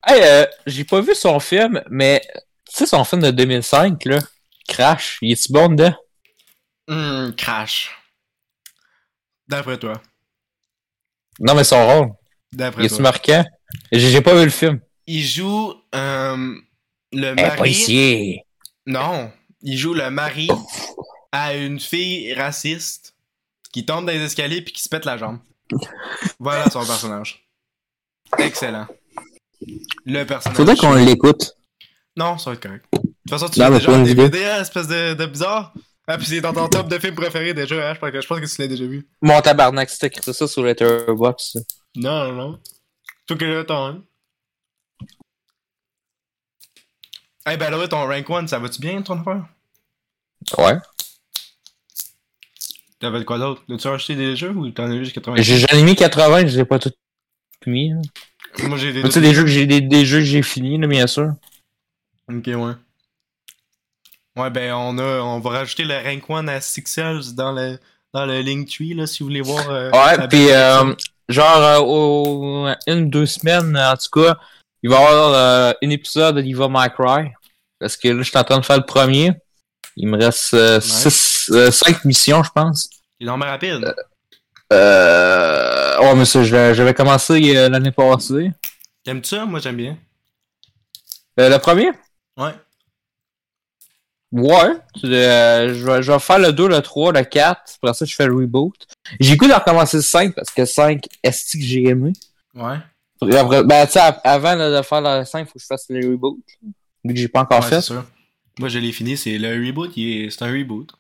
Speaker 2: Hey, euh, j'ai pas vu son film, mais tu sais, son film de 2005, là, Crash, il est-tu bon dedans?
Speaker 1: Hum, crash. D'après toi.
Speaker 2: Non, mais son rôle, il
Speaker 1: D'après
Speaker 2: est-tu
Speaker 1: toi.
Speaker 2: marquant? J'ai j'ai pas vu le film.
Speaker 1: Il joue euh, le
Speaker 2: Eh,
Speaker 1: mari.
Speaker 2: policier!
Speaker 1: Non, il joue le mari à une fille raciste qui tombe dans les escaliers puis qui se pète la jambe. Voilà son personnage. Excellent. Le personnage.
Speaker 2: Faudrait qu'on l'écoute.
Speaker 1: Non, ça va être correct. De toute façon, tu
Speaker 2: Non,
Speaker 1: l'as
Speaker 2: mais
Speaker 1: déjà
Speaker 2: pas
Speaker 1: en
Speaker 2: une vidéo.
Speaker 1: DVD, hein, espèce de, de bizarre. Ah, puis c'est dans ton top de films préférés déjà, hein, je pense que, je pense que tu l'as déjà vu.
Speaker 2: Mon tabarnak, si t'as écrit ça sur Letterboxd.
Speaker 1: Non, non, non. Tout que là, ton. hein. Eh ben là, ton rank 1, ça va-tu bien, ton affaire?
Speaker 2: Ouais.
Speaker 1: T'avais de quoi d'autre? As-tu acheté des jeux ou t'en as juste 80?
Speaker 2: J'ai- J'en ai mis 80, je les ai pas tous mis. là.
Speaker 1: Moi j'ai des.
Speaker 2: Tu sais, des jeux que j'ai des, des jeux que j'ai finis, là, bien sûr.
Speaker 1: Ok, ouais. Ouais, ben on a, on va rajouter le rank 1 à Six Cells dans le, dans le Linktree, là, si vous voulez voir. euh, la
Speaker 2: Ouais, puis
Speaker 1: bibliothèque.
Speaker 2: euh, genre euh, au- une deux semaines euh, en tout cas, il va y avoir euh, un épisode d'Iva My Cry parce que là je suis en train de faire le premier. Il me reste euh, 5 missions je pense.
Speaker 1: Il est normal rapide.
Speaker 2: Euh, ouais mais ça je- j'avais commencé euh, l'année passée.
Speaker 1: T'aimes-tu ça? Moi j'aime bien.
Speaker 2: Euh, le premier
Speaker 1: Ouais.
Speaker 2: Ouais, euh, je, vais, je vais faire le 2, le 3, le 4, après ça je fais le reboot. J'ai le goût de recommencer le 5 parce que 5 est que j'ai aimé.
Speaker 1: Ouais.
Speaker 2: Puis après- ben, tu sais, av- avant là, de faire la 5, il faut que je fasse le reboot. Vu que j'ai pas encore
Speaker 1: ouais, c'est
Speaker 2: fait.
Speaker 1: sûr. Moi je l'ai fini, c'est le reboot, il est- c'est un reboot.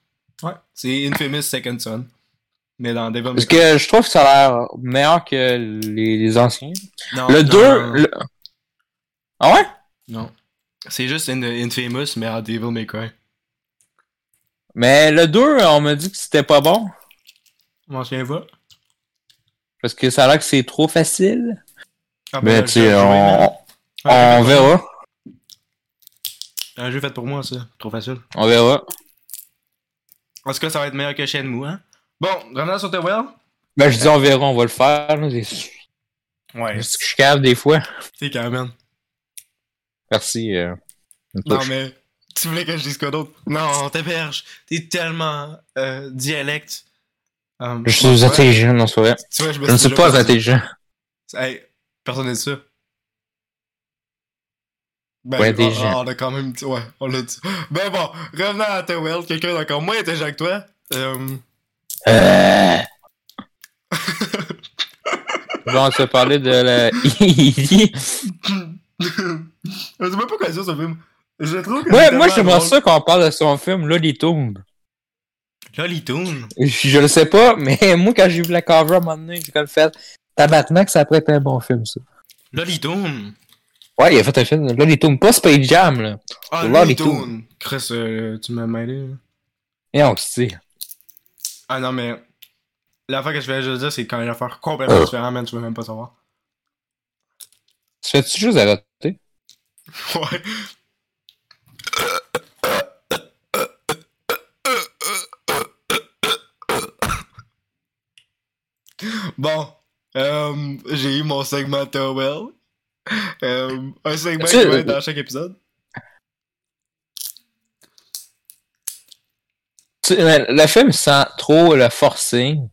Speaker 1: Ouais. C'est Infamous Second Son. Mais dans Devil May
Speaker 2: Parce que je trouve que ça a l'air meilleur que les, les anciens.
Speaker 1: Cry. Non,
Speaker 2: le
Speaker 1: non,
Speaker 2: 2.
Speaker 1: non, non.
Speaker 2: le- Ah ouais?
Speaker 1: Non. C'est juste In- Infamous, mais en Devil May Cry.
Speaker 2: Mais le 2, on m'a dit que c'était pas bon.
Speaker 1: M'en souviens pas?
Speaker 2: Parce que ça a l'air que c'est trop facile.
Speaker 1: Ah, ben,
Speaker 2: Mais
Speaker 1: je-
Speaker 2: tu sais,
Speaker 1: je-
Speaker 2: on,
Speaker 1: Ouais,
Speaker 2: on verra.
Speaker 1: Un jeu fait pour moi, ça. Trop facile.
Speaker 2: On verra.
Speaker 1: En tout cas, ça va être meilleur que Shenmue, hein? Bon, revenons sur The Well.
Speaker 2: Ben je dis on verra, on va le faire. là. C'est-
Speaker 1: Ouais.
Speaker 2: c'est que Je cave des fois.
Speaker 1: C'est quand même.
Speaker 2: Merci. euh, une
Speaker 1: Non,
Speaker 2: touche.
Speaker 1: mais tu voulais que je dise quoi d'autre? Non, t'héberge. T'es tellement euh, dialecte. Euh,
Speaker 2: Je suis
Speaker 1: ouais,
Speaker 2: intelligent, non, c'est vrai.
Speaker 1: Tu vois, je me
Speaker 2: Je ne suis
Speaker 1: déjà
Speaker 2: pas
Speaker 1: fait-
Speaker 2: intelligent.
Speaker 1: Hey, personne n'est sûr. Ben,
Speaker 2: Ouais,
Speaker 1: on-
Speaker 2: des gens.
Speaker 1: On, a quand même dit. Ouais, on l'a dit. <laughs> Ben bon, revenons à The Well. Quelqu'un d'encore moins intelligent que toi. Euh,
Speaker 2: Euh... Bon, tu as parlé
Speaker 1: <laughs>
Speaker 2: de la Illy.
Speaker 1: <laughs> je sais même pas quoi dire ce film. Je trouve que.
Speaker 2: Ouais,
Speaker 1: c'est
Speaker 2: moi,
Speaker 1: tellement
Speaker 2: j'aimerais
Speaker 1: drôle.
Speaker 2: ça qu'on parle de son film Lolitoon.
Speaker 1: Lolitoon.
Speaker 2: Je je le sais pas, mais <laughs> moi, quand j'ai vu la cover à un moment donné, j'ai comme fait Tabarnak, ça pourrait être un bon film, ça.
Speaker 1: Lolitoon.
Speaker 2: Ouais, il a fait un film Lolitoon, pas Space Jam, là.
Speaker 1: Ah,
Speaker 2: Lolitoon.
Speaker 1: Lolitoon. Chris, euh, tu m'as mêlé. là.
Speaker 2: Et on se dit.
Speaker 1: Ah non, mais. La fois que je vais juste dire, c'est quand il va faire
Speaker 2: Euh.
Speaker 1: complètement différent, man, tu veux même pas savoir.
Speaker 2: Tu fais-tu juste arrêter?
Speaker 1: Ouais. Bon, euh, j'ai eu mon segment Towel. Euh, un segment
Speaker 2: Tu-
Speaker 1: qui va être dans chaque épisode.
Speaker 2: Tu- le le film sent trop le forcing.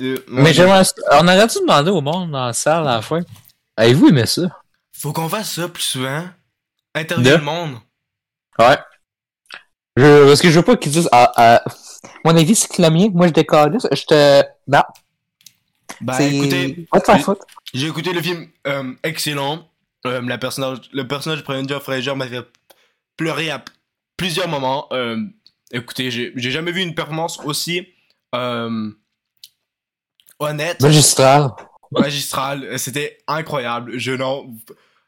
Speaker 1: Euh,
Speaker 2: Mais
Speaker 1: ouais.
Speaker 2: j'aimerais. On aurait dû demander au monde dans la salle à la fin. Avez-vous aimé ça?
Speaker 1: Faut qu'on fasse ça plus souvent. Interviewer
Speaker 2: De?
Speaker 1: le monde.
Speaker 2: Ouais. Je, parce que je veux pas qu'ils disent. Ah, ah, mon avis, c'est que le mien. Moi, je décolle. Je te. Non.
Speaker 1: Ben
Speaker 2: c'est-
Speaker 1: écoutez,
Speaker 2: Va te faire foutre.
Speaker 1: j'ai écouté le film euh, excellent. Euh, la personnage, le personnage de Premier Fraser m'a fait pleurer à p- plusieurs moments. Euh, écoutez, j'ai j'ai jamais vu une performance aussi euh, honnête.
Speaker 2: Magistral.
Speaker 1: magistral. C'était incroyable. Je n'en,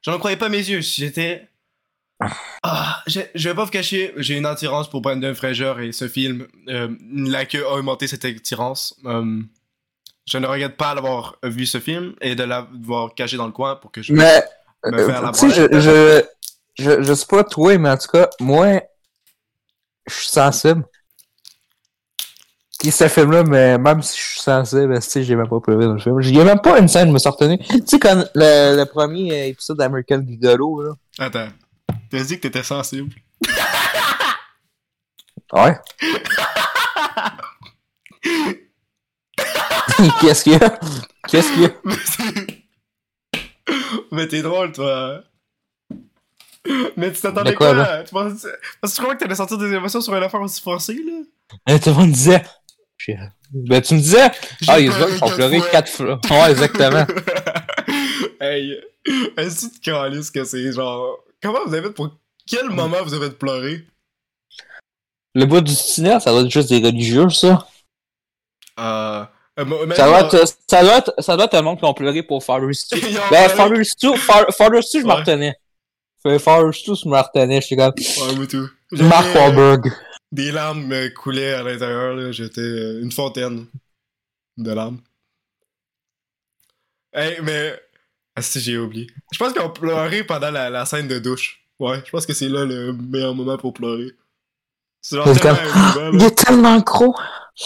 Speaker 1: j'en croyais pas mes yeux. J'étais. Ah, je, je vais pas vous cacher, j'ai une attirance pour Brandon Fraser et ce film. Euh, la queue a augmenté cette attirance. Euh, je ne regrette pas d'avoir vu ce film et de l'avoir caché dans le coin pour que je puisse
Speaker 2: Mais,
Speaker 1: me faire la
Speaker 2: euh, tu sais, je, je, je, je sais pas toi, mais en tout cas, moi, je suis sensible. Puis ce film-là, mais même si je suis sensible, tu sais, j'ai même pas pleuré dans le film. Il y a même pas une scène, je me suis retenu. Tu sais, quand le, le premier euh, épisode d'American Gigolo, là.
Speaker 1: Attends, t'as dit que t'étais sensible. <laughs>
Speaker 2: Ouais. <laughs> Qu'est-ce qu'il y a? Qu'est-ce qu'il y a?
Speaker 1: Mais c'est- Mais t'es drôle, toi. Mais tu t'attendais
Speaker 2: De quoi,
Speaker 1: quoi, Tu penses... Parce que tu crois que t'allais sortir des émotions sur une affaire aussi forcée, là?
Speaker 2: Euh, tout le monde disait. Je- Ben, tu me disais. Ah, il y a des gens qui ont pleuré quatre fois. Ouais, exactement.
Speaker 1: <laughs> hey, est-ce que tu calices que c'est genre. Comment vous avez fait pour. Quel moment vous avez fait pleurer?
Speaker 2: Le bout du tunnel, ça doit être juste des religieux, ça.
Speaker 1: Euh. euh, mo- même
Speaker 2: Ça doit,
Speaker 1: genre-
Speaker 2: être, ça, doit être, ça doit être le monde qui ont pleuré pour Father Stu.
Speaker 1: <laughs> Ils ont pleuré.
Speaker 2: Ben, Father Stu, Fa- Father Stu, je m'en
Speaker 1: Ouais.
Speaker 2: retenais. Fait Father Stu, je m'en retenais. J'étais comme,
Speaker 1: Ouais, moi tout. J'avais- euh,
Speaker 2: Mark Wahlberg.
Speaker 1: Ah Des larmes me coulaient à l'intérieur, là. J'étais euh, une fontaine de larmes. Hey, mais. Ah, si, j'ai oublié. Je pense qu'on pleurait pendant la, la scène de douche. Ouais, je pense que c'est là le meilleur moment pour pleurer. C'est genre
Speaker 2: C'est comme-
Speaker 1: tellement émouvant, là.
Speaker 2: <laughs>
Speaker 1: Ah,
Speaker 2: Il est tellement gros.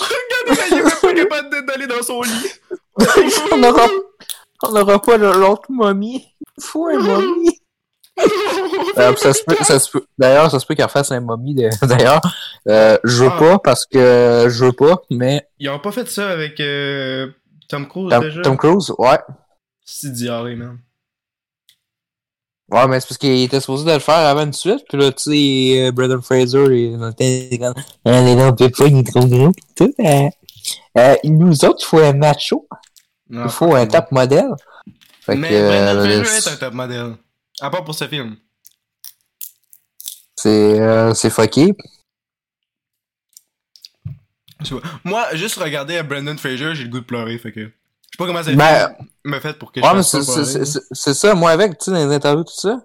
Speaker 1: Il est même pas capable de- d'aller dans son lit.
Speaker 2: On n'aura on aura pas le- l'autre momie. Fou, un momie. Euh, ça se peut, ça se peut- D'ailleurs, ça se peut qu'elle fasse un momie. de- D'ailleurs, euh, je veux
Speaker 1: Ah.
Speaker 2: pas parce que je veux pas, mais
Speaker 1: Ils ont pas fait ça avec euh, Tom Cruise déjà.
Speaker 2: Tom, Tom Cruise, ouais.
Speaker 1: C'est diarrhée, man.
Speaker 2: Ouais, mais c'est parce qu'il était supposé de le faire avant une suite, puis là, tu sais, euh, Brendan Fraser, il était comme, ah, mais non, on peut pas, il est trop gros, pis tout. Euh, euh, nous autres, il faut un macho, il faut un top modèle. Fait
Speaker 1: Mais
Speaker 2: que, euh,
Speaker 1: Brendan Fraser est
Speaker 2: c'est-
Speaker 1: un top modèle. À part pour ce film.
Speaker 2: c'est, euh, c'est fucké.
Speaker 1: Moi, juste regarder à Brendan Fraser, j'ai le goût de pleurer, fait que. Je sais pas comment ça
Speaker 2: Ben-
Speaker 1: me fait pour que
Speaker 2: Ouais,
Speaker 1: je
Speaker 2: mais
Speaker 1: fasse
Speaker 2: c'est,
Speaker 1: pas
Speaker 2: c'est,
Speaker 1: pleurer.
Speaker 2: c'est, c'est- c'est ça, moi, avec, tu sais, dans les interviews, tout ça.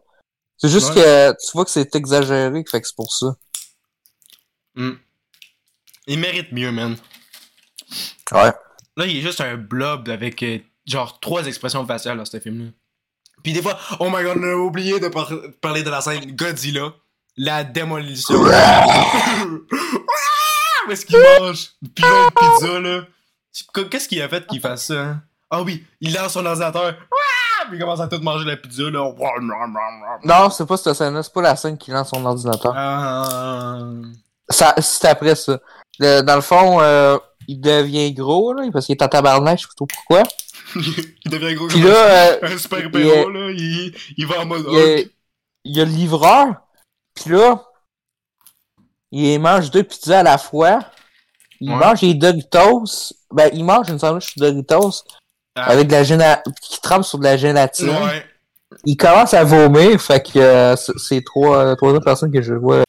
Speaker 2: C'est juste
Speaker 1: Ouais.
Speaker 2: que tu vois que c'est exagéré, fait que c'est pour ça.
Speaker 1: Il mérite mieux, man.
Speaker 2: Ouais.
Speaker 1: Là, il est juste un blob avec euh, genre trois expressions faciales dans ce film-là. Puis des fois, oh my god, on a oublié de par- parler de la scène Godzilla, la démolition. <laughs> Où est-ce qu'il mange? Puis l'autre pizza, là. C'est- qu- Qu'est-ce qu'il a fait qu'il fasse ça, hein? Ah oui, il lance son ordinateur. Puis Ah, il commence à tout manger la pizza, là. <laughs>
Speaker 2: Non, c'est pas cette scène-là, c'est pas la scène qui lance son ordinateur.
Speaker 1: Ah.
Speaker 2: Ça, c'est après ça. Le- dans le fond, euh, il devient gros, là, parce qu'il est en tabarnak, je sais pas trop pourquoi.
Speaker 1: il devient gros
Speaker 2: Puis
Speaker 1: comme
Speaker 2: là, euh,
Speaker 1: un un super
Speaker 2: il y a-
Speaker 1: héros, là. Il, il va en mode
Speaker 2: il y a,
Speaker 1: Hulk.
Speaker 2: il y a le livreur, puis là, il mange deux pizzas à la fois. Il
Speaker 1: Ouais.
Speaker 2: mange des Doritos. Ben, il mange une sandwich de Doritos
Speaker 1: Ah.
Speaker 2: avec de la gélatine, qui trempe sur de la gélatine.
Speaker 1: Ouais.
Speaker 2: Il commence à vomir, fait que euh, c'est c'est trois, euh, trois autres personnes que je vois.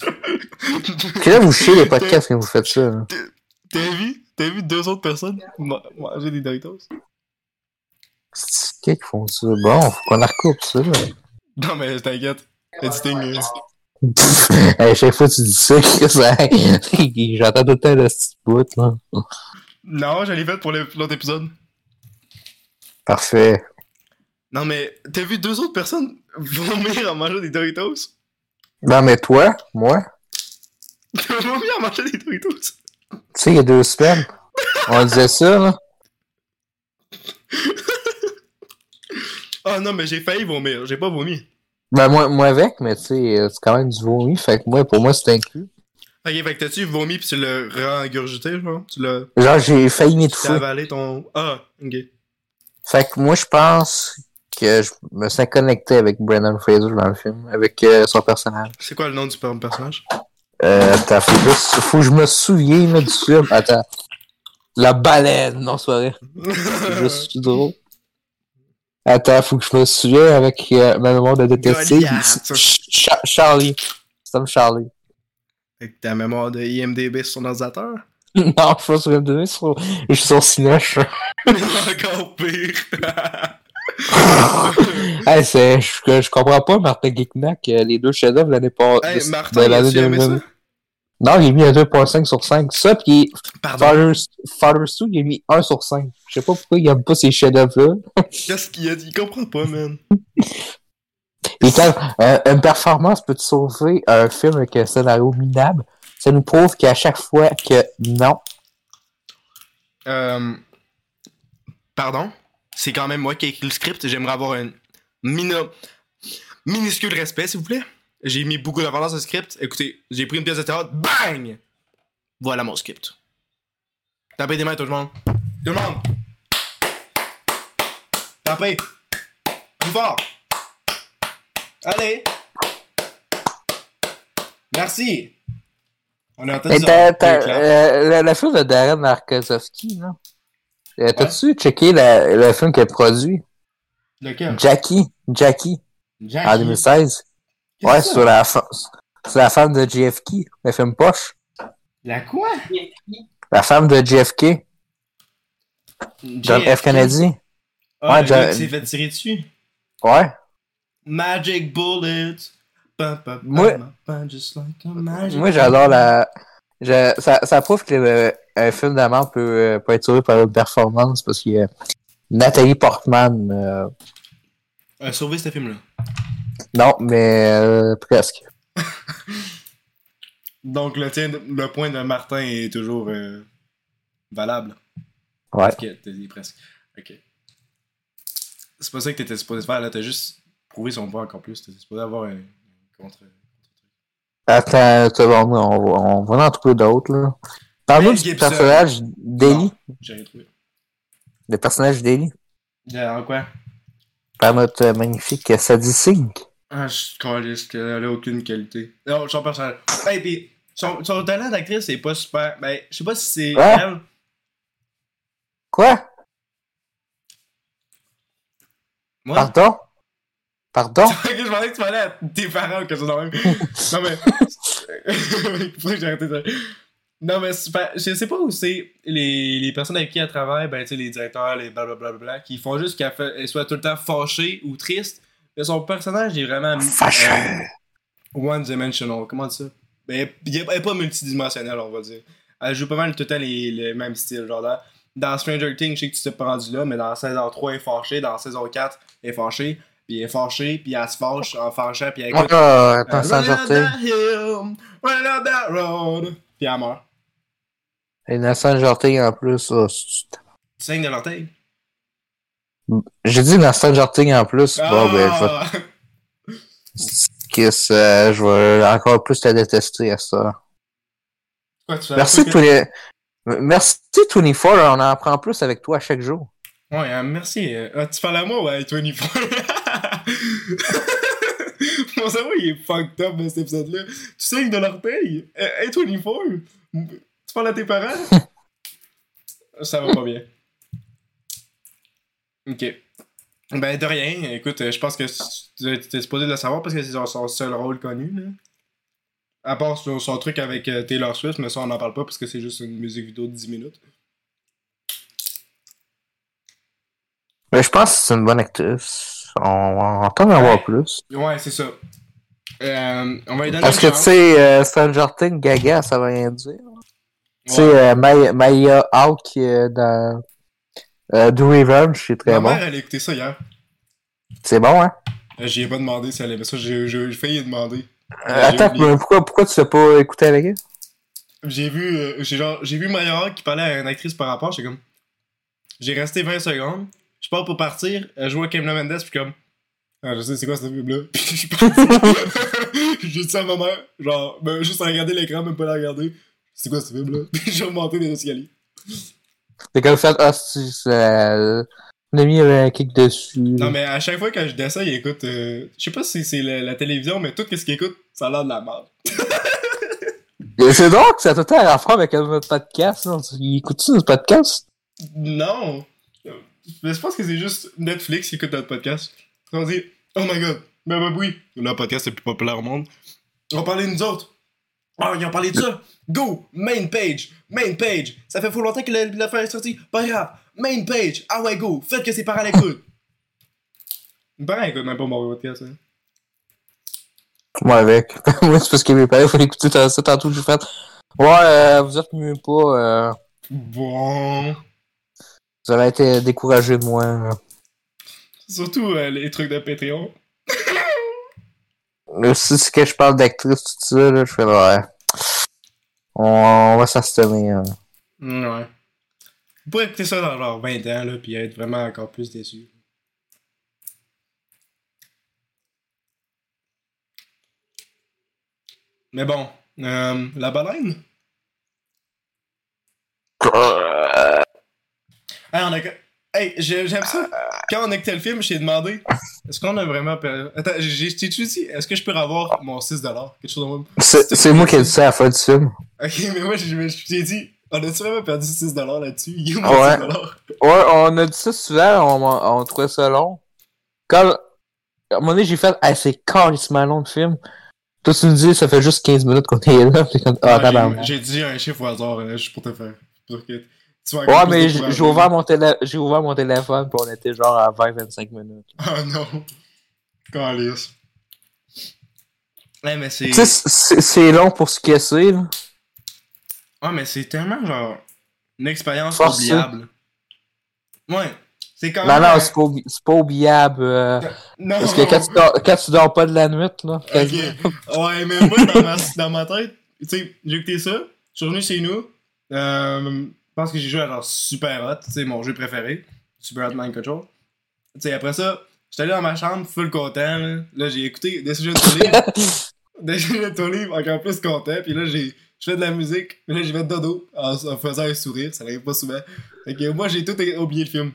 Speaker 2: Puis là, vous chiez les podcasts quand vous faites ça. là.
Speaker 1: T'as vu? T'as vu deux autres personnes ma- manger des Doritos?
Speaker 2: C'est qui qui font ça? Bon, faut qu'on la recoupe, ça. là. <laughs>
Speaker 1: Non, mais t'inquiète. Editing. euh,
Speaker 2: Pff, à chaque fois que tu dis ça, <laughs> Chris, hein, j'entends tout le temps le petit bout, là.
Speaker 1: Non, je l'ai fait pour le- l'autre épisode.
Speaker 2: Parfait.
Speaker 1: Non, mais t'as vu deux autres personnes vomir en mangeant des Doritos?
Speaker 2: Non, mais toi, moi,
Speaker 4: <laughs> T'as vraiment bien mangé des Doritos.
Speaker 2: Tu sais, il y a deux semaines, on disait ça, là.
Speaker 4: Ah non, mais j'ai failli vomir. J'ai pas vomi.
Speaker 2: Ben, moi, moi avec, mais tu sais, euh, c'est quand même du vomi, fait que moi, pour moi, c'est inclus.
Speaker 4: Ok, fait que t'as-tu vomi pis tu l'as re-engurgité, genre? Tu l'as
Speaker 2: Genre, j'ai failli
Speaker 4: t'as
Speaker 2: m'étouffer.
Speaker 4: avalé ton. Ah, ok.
Speaker 2: Fait que moi, je pense que je me sens connecté avec Brendan Fraser dans le film, avec euh, son personnage.
Speaker 4: C'est quoi le nom du per- personnage?
Speaker 2: Euh, attends, faut juste, faut que je me souvienne là, du film. Attends. La baleine, non, soirée. C'est
Speaker 4: <laughs>
Speaker 2: juste drôle. Attends, faut que je me souvienne avec euh, ma mémoire de détective.
Speaker 4: Goliath.
Speaker 2: Ch- Ch- Charlie. C'est comme Charlie.
Speaker 4: Avec ta mémoire de IMDB sur ton ordinateur?
Speaker 2: <laughs> non, je suis pas sur M2, sur... je suis sur Cinoche.
Speaker 4: Encore pire!
Speaker 2: hey, c'est, je, je comprends pas, Martin Guignac, euh, les deux chefs-d'œuvre l'année passée.
Speaker 4: hey,
Speaker 2: Ben,
Speaker 4: Martin, tu aimé ça?
Speaker 2: Non, j'ai mis un 2.5 sur 5. Ça, pis
Speaker 4: Pardon,
Speaker 2: Father's, Father's 2, il a mis 1 sur 5. Je sais pas pourquoi il aime pas ces chefs-d'œuvre-là.
Speaker 4: qu'est-ce qu'il a dit? Il comprend pas, man.
Speaker 2: Puis quand euh, une performance peut te sauver un film avec un scénario minable, ça nous prouve qu'à chaque fois que non.
Speaker 4: Euh, Pardon? C'est quand même moi qui ai écrit le script. J'aimerais avoir un mino- minuscule respect, s'il vous plaît. J'ai mis beaucoup d'importance au script. Écoutez, j'ai pris une pièce de théâtre. Bang! Voilà mon script. Tapez des mains, tout le monde. Tout le monde! Tapez! Plus fort! Allez! Merci! On a entendu
Speaker 2: Mais
Speaker 4: ça.
Speaker 2: t'as- t'as-
Speaker 4: Deux claps.
Speaker 2: euh, le, le film de Darren Markozowski, non? Euh, T'as-tu checké la- le film qu'il a produit?
Speaker 4: Lequel?
Speaker 2: Jackie. Jackie,
Speaker 4: Jackie.
Speaker 2: en 2016.
Speaker 4: Qu'est-ce
Speaker 2: ouais,
Speaker 4: que
Speaker 2: sur la, fa- sur la femme de JFK, le film poche.
Speaker 4: La quoi?
Speaker 2: La femme de JFK, John F. Kennedy.
Speaker 4: Ah,
Speaker 2: Ouais,
Speaker 4: le
Speaker 2: John-
Speaker 4: gars qui s'est fait tirer dessus.
Speaker 2: Ouais.
Speaker 4: Magic Bullet. Pa, pa, pa,
Speaker 2: Moi-
Speaker 4: ma, pa, just like a magic
Speaker 2: Moi, j'adore la. je- Ça, ça prouve que euh, un film d'amour peut, euh, peut être sauvé par une performance parce que euh, Nathalie Portman, euh,
Speaker 4: bullet. Euh, sauver ce film-là.
Speaker 2: non, mais euh, presque.
Speaker 4: Donc, le, tien- le point de Martin est toujours euh, valable.
Speaker 2: Ouais.
Speaker 4: Ok, t'as dit presque. Ok. C'est pas ça que t'étais supposé faire, là. T'as juste prouvé son point encore plus. T'étais supposé avoir un contre.
Speaker 2: Attends, c'est bon, on, va- on va en trouver d'autres. là. Parle-nous
Speaker 4: Mel
Speaker 2: du
Speaker 4: Gibson.
Speaker 2: personnage d'Eli.
Speaker 4: Non, J'ai rien trouvé.
Speaker 2: Le personnage d'Eli.
Speaker 4: Euh, En quoi
Speaker 2: Par notre euh, magnifique euh, Sadie Sink.
Speaker 4: Ah, je suis caliste, elle a aucune qualité. Non, son personnage. Hey, pis, son, son talent d'actrice est pas super. Ben, je sais pas si c'est
Speaker 2: Ouais.
Speaker 4: elle.
Speaker 2: Quoi?
Speaker 4: Moi? Euh,
Speaker 2: Pardon? Pardon?
Speaker 4: <laughs> Ok, je pensais que tu parlais à tes parents ou quelque chose de même. Non, mais. <laughs> Pourquoi j'ai arrêté ça? Non, mais super. Je sais pas où c'est les, les personnes avec qui elle travaille, ben, tu sais, les directeurs, les blablabla, blablabla, qui font juste qu'elle fait- elle soit tout le temps fâchée ou triste. Mais son personnage est vraiment.
Speaker 2: Fâcheux.
Speaker 4: One-dimensional, comment on dit ça? Ben, elle- elle est- elle est pas multidimensionnelle, on va dire. Elle joue pas mal tout le temps les, les mêmes styles. Genre, dans, dans Stranger Things, je sais que tu t'es pas rendu là, mais dans saison 3, elle est fâchée. Dans saison 4, elle est fâchée. Puis elle est fâchée, puis elle se fâche en fâchant, puis elle écoute.
Speaker 2: Ah, attends,
Speaker 4: euh,
Speaker 2: sans
Speaker 4: Run up
Speaker 2: sortir.
Speaker 4: that hill, run up that road. Puis elle meurt.
Speaker 2: Innocent Jorté en plus. oh, c'est-
Speaker 4: Tu saignes de l'orteil.
Speaker 2: J'ai dit Innocent Jorté en plus. Bon, ben, je vais
Speaker 4: Ah!
Speaker 2: que ça, je vais encore plus la détester à ça.
Speaker 4: Quoi, tu savais
Speaker 2: Merci
Speaker 4: pas que-
Speaker 2: tous les... Merci 24, on en apprend plus avec toi à chaque jour.
Speaker 4: Ouais, euh, merci. euh, ah, tu parles à moi, ouais, 24. <laughs> Mon cerveau, il est fucked up dans cet épisode-là. Tu saignes de l'orteil? Euh, Hey, 24? Tu parles à tes parents? Ça va pas bien. Ok. Ben, de rien. Écoute, euh, je pense que tu tu t'es supposé de le savoir parce que c'est son- son seul rôle connu, là. À part son, son truc avec euh, Taylor Swift, mais ça, on n'en parle pas parce que c'est juste une musique vidéo de 10 minutes.
Speaker 2: Mais Ben, je pense que c'est une bonne actrice. On, on entend en voir plus.
Speaker 4: Ouais, c'est ça. Euh, on va lui donner
Speaker 2: Parce
Speaker 4: une
Speaker 2: que tu
Speaker 4: chance.
Speaker 2: sais, euh, Stranger Things, Gaga, ça va rien dire. Tu sais,
Speaker 4: Ouais.
Speaker 2: euh, Maya, Maya Hawke euh, dans euh, Do Revenge, c'est très
Speaker 4: Ma
Speaker 2: bon.
Speaker 4: mère, elle a écouté ça hier.
Speaker 2: C'est bon, hein?
Speaker 4: Euh, J'y ai pas demandé si Ah, elle aimait ça. J'ai j'ai- j'ai failli y demander.
Speaker 2: Euh, attends,
Speaker 4: oublié.
Speaker 2: mais pourquoi, pourquoi tu l'as pas écouté avec elle?
Speaker 4: j'ai vu, euh, j'ai genre, j'ai vu Maya Hawke qui parlait à une actrice par rapport, j'étais comme, j'ai resté 20 secondes, je pars pour partir, euh, je vois Cameron Mendes, puis comme, ah, je sais c'est quoi ce film-là, <laughs> puis je suis parti. j'ai dit ça à ma mère, genre, ben, juste à regarder l'écran, même pas la regarder, c'est quoi ce film-là, <laughs> puis j'ai remonté des escaliers.
Speaker 2: T'es comme fait, ah, si, ça. On a mis un kick dessus.
Speaker 4: Non, mais à chaque fois que je descends, il écoute, euh, je sais pas si c'est la, la télévision, mais tout ce qu'il écoute, ça a l'air de la merde.
Speaker 2: C'est drôle que ça a tout à faire avec un podcast. Non? Il écoute-tu notre podcast?
Speaker 4: Non! Mais je pense que c'est juste Netflix qui écoute notre podcast. On dit, oh my god, ben ben oui, le podcast le plus populaire au monde. On va parler de nous autres. Ah, ils ont parlé de ça. Go! Main page! Main page! Ça fait fou longtemps que le- l'affaire est sortie. Pas grave. Main page! Ah ouais, go! Faites que ses parents l'écoutent. Mes parents écoutent même pas mon podcast. hein.
Speaker 2: Moi avec. <laughs> Moi, c'est parce que mes parents, il faut écouter ça ça tantôt. J'ai fait, ouais, euh, vous êtes mieux pas. euh,
Speaker 4: Bon.
Speaker 2: vous allez être découragé de moi. là.
Speaker 4: Surtout euh, les trucs de Patreon.
Speaker 2: Là, Si c'est que je parle d'actrice, tout ça, là, je fais, ouais. On, on va s'astonner. hein.
Speaker 4: Ouais. Vous pouvez écouter ça dans genre 20 ans, là, pis être vraiment encore plus déçu. Mais bon, euh, la baleine? Hey, on a... hey j'ai- j'aime ça. Quand on a écouté le film, j'ai demandé est-ce qu'on a vraiment. per- Attends, j'ai j'ai dit est-ce que je peux avoir mon 6$ Quelque chose de même.
Speaker 2: C'est c'est moi qui ai dit ça à la fin du film.
Speaker 4: Ok, mais moi, j'ai- j'ai dit on a-tu vraiment perdu 6$ là-dessus Il est où mon
Speaker 2: Ouais.
Speaker 4: 6$?
Speaker 2: Ouais, on a dit ça souvent, on, on trouvait ça long. Quand, à un moment donné, j'ai fait, ah, c'est carrément long le film. Toi, tu me dis, ça fait juste 15 minutes qu'on est là. <laughs> T'es comme, ah,
Speaker 4: Ouais,
Speaker 2: tabarnak.
Speaker 4: j'ai j'ai dit un chiffre au hasard, là, juste pour te faire. pour que tu sois encore
Speaker 2: Ouais,
Speaker 4: plus
Speaker 2: mais j'ai
Speaker 4: découragé.
Speaker 2: j'ai
Speaker 4: <laughs>
Speaker 2: ouvert, mon télé- j'ai ouvert mon téléphone, puis on était genre à 20-25 minutes.
Speaker 4: Oh non. Calice. Ouais, mais c'est.
Speaker 2: Tu sais, c'est- c'est long pour ce que c'est, là.
Speaker 4: Ouais, Ah, mais c'est tellement genre. Une expérience
Speaker 2: Forcé.
Speaker 4: oubliable. Ouais. C'est quand
Speaker 2: Non,
Speaker 4: même.
Speaker 2: non, c'est pas, oubi- c'est pas oubliable. euh,
Speaker 4: Non,
Speaker 2: parce que quand tu, dors, quand tu dors pas de la nuit, là.
Speaker 4: Ok. Ouais, mais moi, dans ma, dans ma tête, tu sais, j'ai écouté ça. Je suis revenu chez nous. Euh, je pense que j'ai joué à genre Super Hot, tu sais, mon jeu préféré. Super Hot Mind Control. Tu sais, après ça, j'étais allé dans ma chambre, full content. Là, Là, j'ai écouté des sujets de ton livre. des sujets de ton livre, encore plus content. Puis là, j'ai. Je fais de la musique, mais là j'ai fait dodo en, en faisant un sourire, ça n'arrive pas souvent. Fait que moi j'ai tout oublié le film.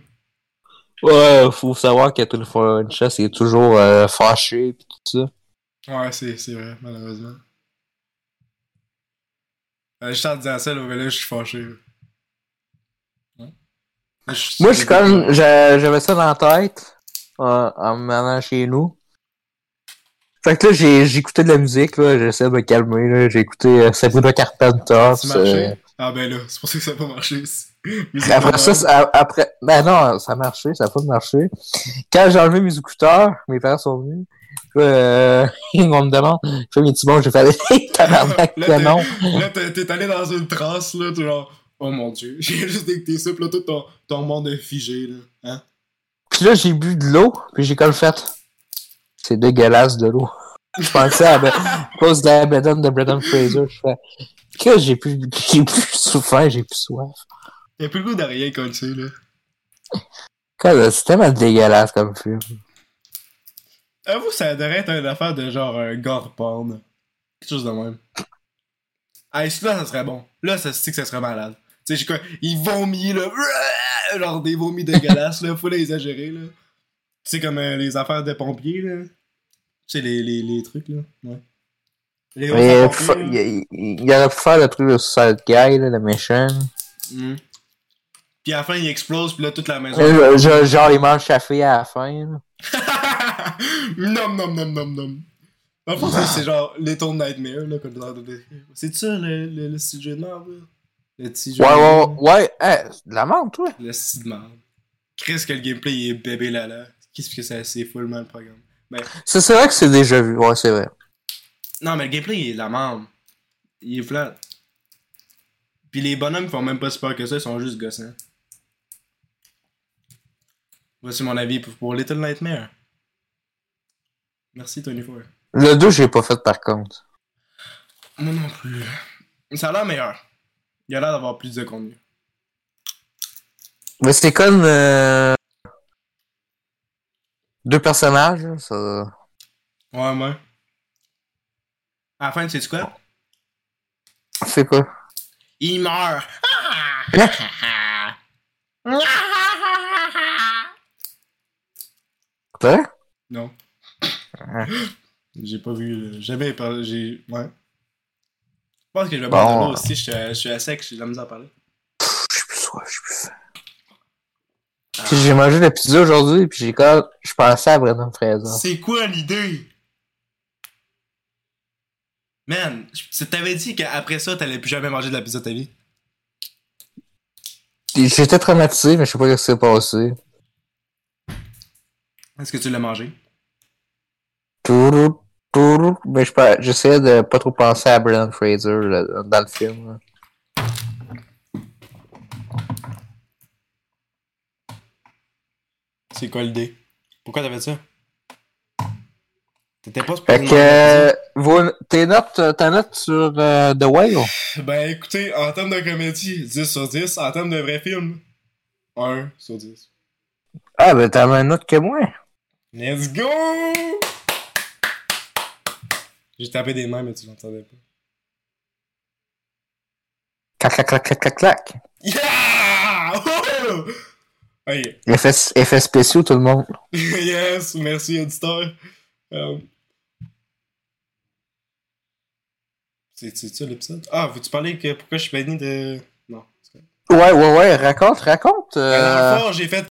Speaker 2: Ouais, faut savoir que tout le French c'est toujours euh, fâché, pis tout ça.
Speaker 4: Ouais, c'est c'est vrai, malheureusement. Euh, je suis en disant ça, là, mais là, je suis fâché. là. Ouais. Là,
Speaker 2: Moi, je suis comme. j'a- J'avais ça dans la tête euh, en me menant chez nous. Fait que là, j'ai- j'écoutais de la musique, là, j'essaie de me calmer, là. J'ai écouté euh, Sabrina Carpenter.
Speaker 4: Ça
Speaker 2: c'est-
Speaker 4: marchait? Ah ben là, c'est pour ça que ça n'a pas marché.
Speaker 2: Puis euh, <laughs> Après ça, c'est- a- après. Ben non, ça a marché, ça a pas marché. Quand j'ai enlevé mes écouteurs, mes parents sont venus. puis, Euh, <laughs> ils vont me demander, je fais mes petits bons, j'ai fait, <laughs> hey, tabarnak,
Speaker 4: Là,
Speaker 2: que non.
Speaker 4: Là, t'es t'es allé dans une trace, là, t'es genre, oh mon dieu, <laughs> j'ai juste écouté ça, pis là, tout ton, ton monde est figé, là. Hein?
Speaker 2: Puis là, j'ai bu de l'eau, puis j'ai comme fait. C'est dégueulasse de l'eau. Je pensais à, à cause de la bédane de Brendan Fraser. Je fais. Que j'ai plus, j'ai plus souffert, j'ai plus soif.
Speaker 4: Y'a plus le goût de rien quand tu sais, là.
Speaker 2: Quoi, C'est tellement dégueulasse comme film.
Speaker 4: Avoue, ça devrait être une affaire de genre un gore porn. Quelque chose de même. Ah, et si là, ça serait bon. Là, ça se dit que ça serait malade. Tu sais, j'ai quoi, ils vomit, là. <laughs> Genre des vomis dégueulasses, là. Faut les exagérer, là. Tu sais, comme euh, les affaires de pompiers, là. Tu sais, les, les, les trucs, là. Ouais. Les
Speaker 2: Mais il aurait
Speaker 4: affaires pompiers,
Speaker 2: pu fa-
Speaker 4: là.
Speaker 2: il il- il aurait pu faire le truc de Suicide Guy, là, le méchant.
Speaker 4: Mm. Puis à la fin, il explose, puis là, toute la maison.
Speaker 2: Euh, Genre, genre, il mange sa fille à la fin. là.
Speaker 4: <laughs> nom nom nom nom nom. Dans le fond, c'est- <laughs> c'est genre Little Nightmare, là, qu'on est en train de décrire. C'est ça, le, le, le petit jeu de merde, là? Le petit jeu
Speaker 2: Ouais,
Speaker 4: de
Speaker 2: ouais,
Speaker 4: merde.
Speaker 2: ouais. Hey, c'est de la merde, toi.
Speaker 4: Le petit de merde. Chris, que le gameplay, il est bébé là là. Qu'est-ce que c'est, c'est fullement le programme.
Speaker 2: C'est c'est vrai que c'est déjà vu. Ouais, c'est vrai.
Speaker 4: Non, mais le gameplay, il est de la merde. Il est flat. Puis les bonhommes font même pas si peur que ça, ils sont juste gossants. Voici mon avis pour, pour Little Nightmare. Merci, Tony Four.
Speaker 2: Le 2, j'ai pas fait par contre.
Speaker 4: Moi non plus. Ça a l'air meilleur. Il a l'air d'avoir plus de contenu.
Speaker 2: Mais c'est comme euh, deux personnages, là, ça.
Speaker 4: Ouais, moi. À la fin, c'est quoi?
Speaker 2: Je sais pas. <laughs>
Speaker 4: Il meurt!
Speaker 2: Hein? T'as?
Speaker 4: Non. j'ai pas vu. le- J'avais parlé. J'ai. Ouais. Je pense que je vais
Speaker 2: Bon.
Speaker 4: boire de l'eau aussi. Je suis à- je suis à sec, j'ai de la misère à parler.
Speaker 2: Je suis plus soif, je suis plus faim. Puis J'ai mangé de la pizza aujourd'hui, puis j'ai quand je pensais à Brandon Fraser.
Speaker 4: C'est quoi l'idée? Man, je- t'avais dit qu'après ça, t'allais plus jamais manger de la pizza de ta vie.
Speaker 2: J'étais traumatisé, mais je sais pas ce qui s'est passé.
Speaker 4: Est-ce que tu l'as mangé?
Speaker 2: Tourou, tourou, mais je pas- j'essayais de pas trop penser à Brandon Fraser là, dans le film. là.
Speaker 4: C'est quoi l'idée? Pourquoi t'avais ça? T'étais pas supposé
Speaker 2: Fait que,
Speaker 4: manger de la
Speaker 2: euh, vos- tes notes, euh, ta note sur euh, The Whale?
Speaker 4: pizza. <laughs> Ben écoutez, en termes de comédie, 10 sur 10. En termes de vrai film, 1 sur 10.
Speaker 2: Ah, ben t'as la même note que moi.
Speaker 4: Let's go! J'ai tapé des mains, mais tu l'entendais pas.
Speaker 2: Clac, clac, clac, clac, clac, clac.
Speaker 4: Yeah! <laughs> Oh! Ok. <laughs>
Speaker 2: Effets, effets spéciaux, tout le monde.
Speaker 4: yes, merci éditeur. Euh, C'est c'est ça l'épisode? Ah, veux-tu parler que pourquoi je suis banni de. Non. c'est correct.
Speaker 2: Ouais, ouais, ouais, raconte, raconte.
Speaker 4: Dans
Speaker 2: euh,
Speaker 4: le fond, Ah, j'ai fait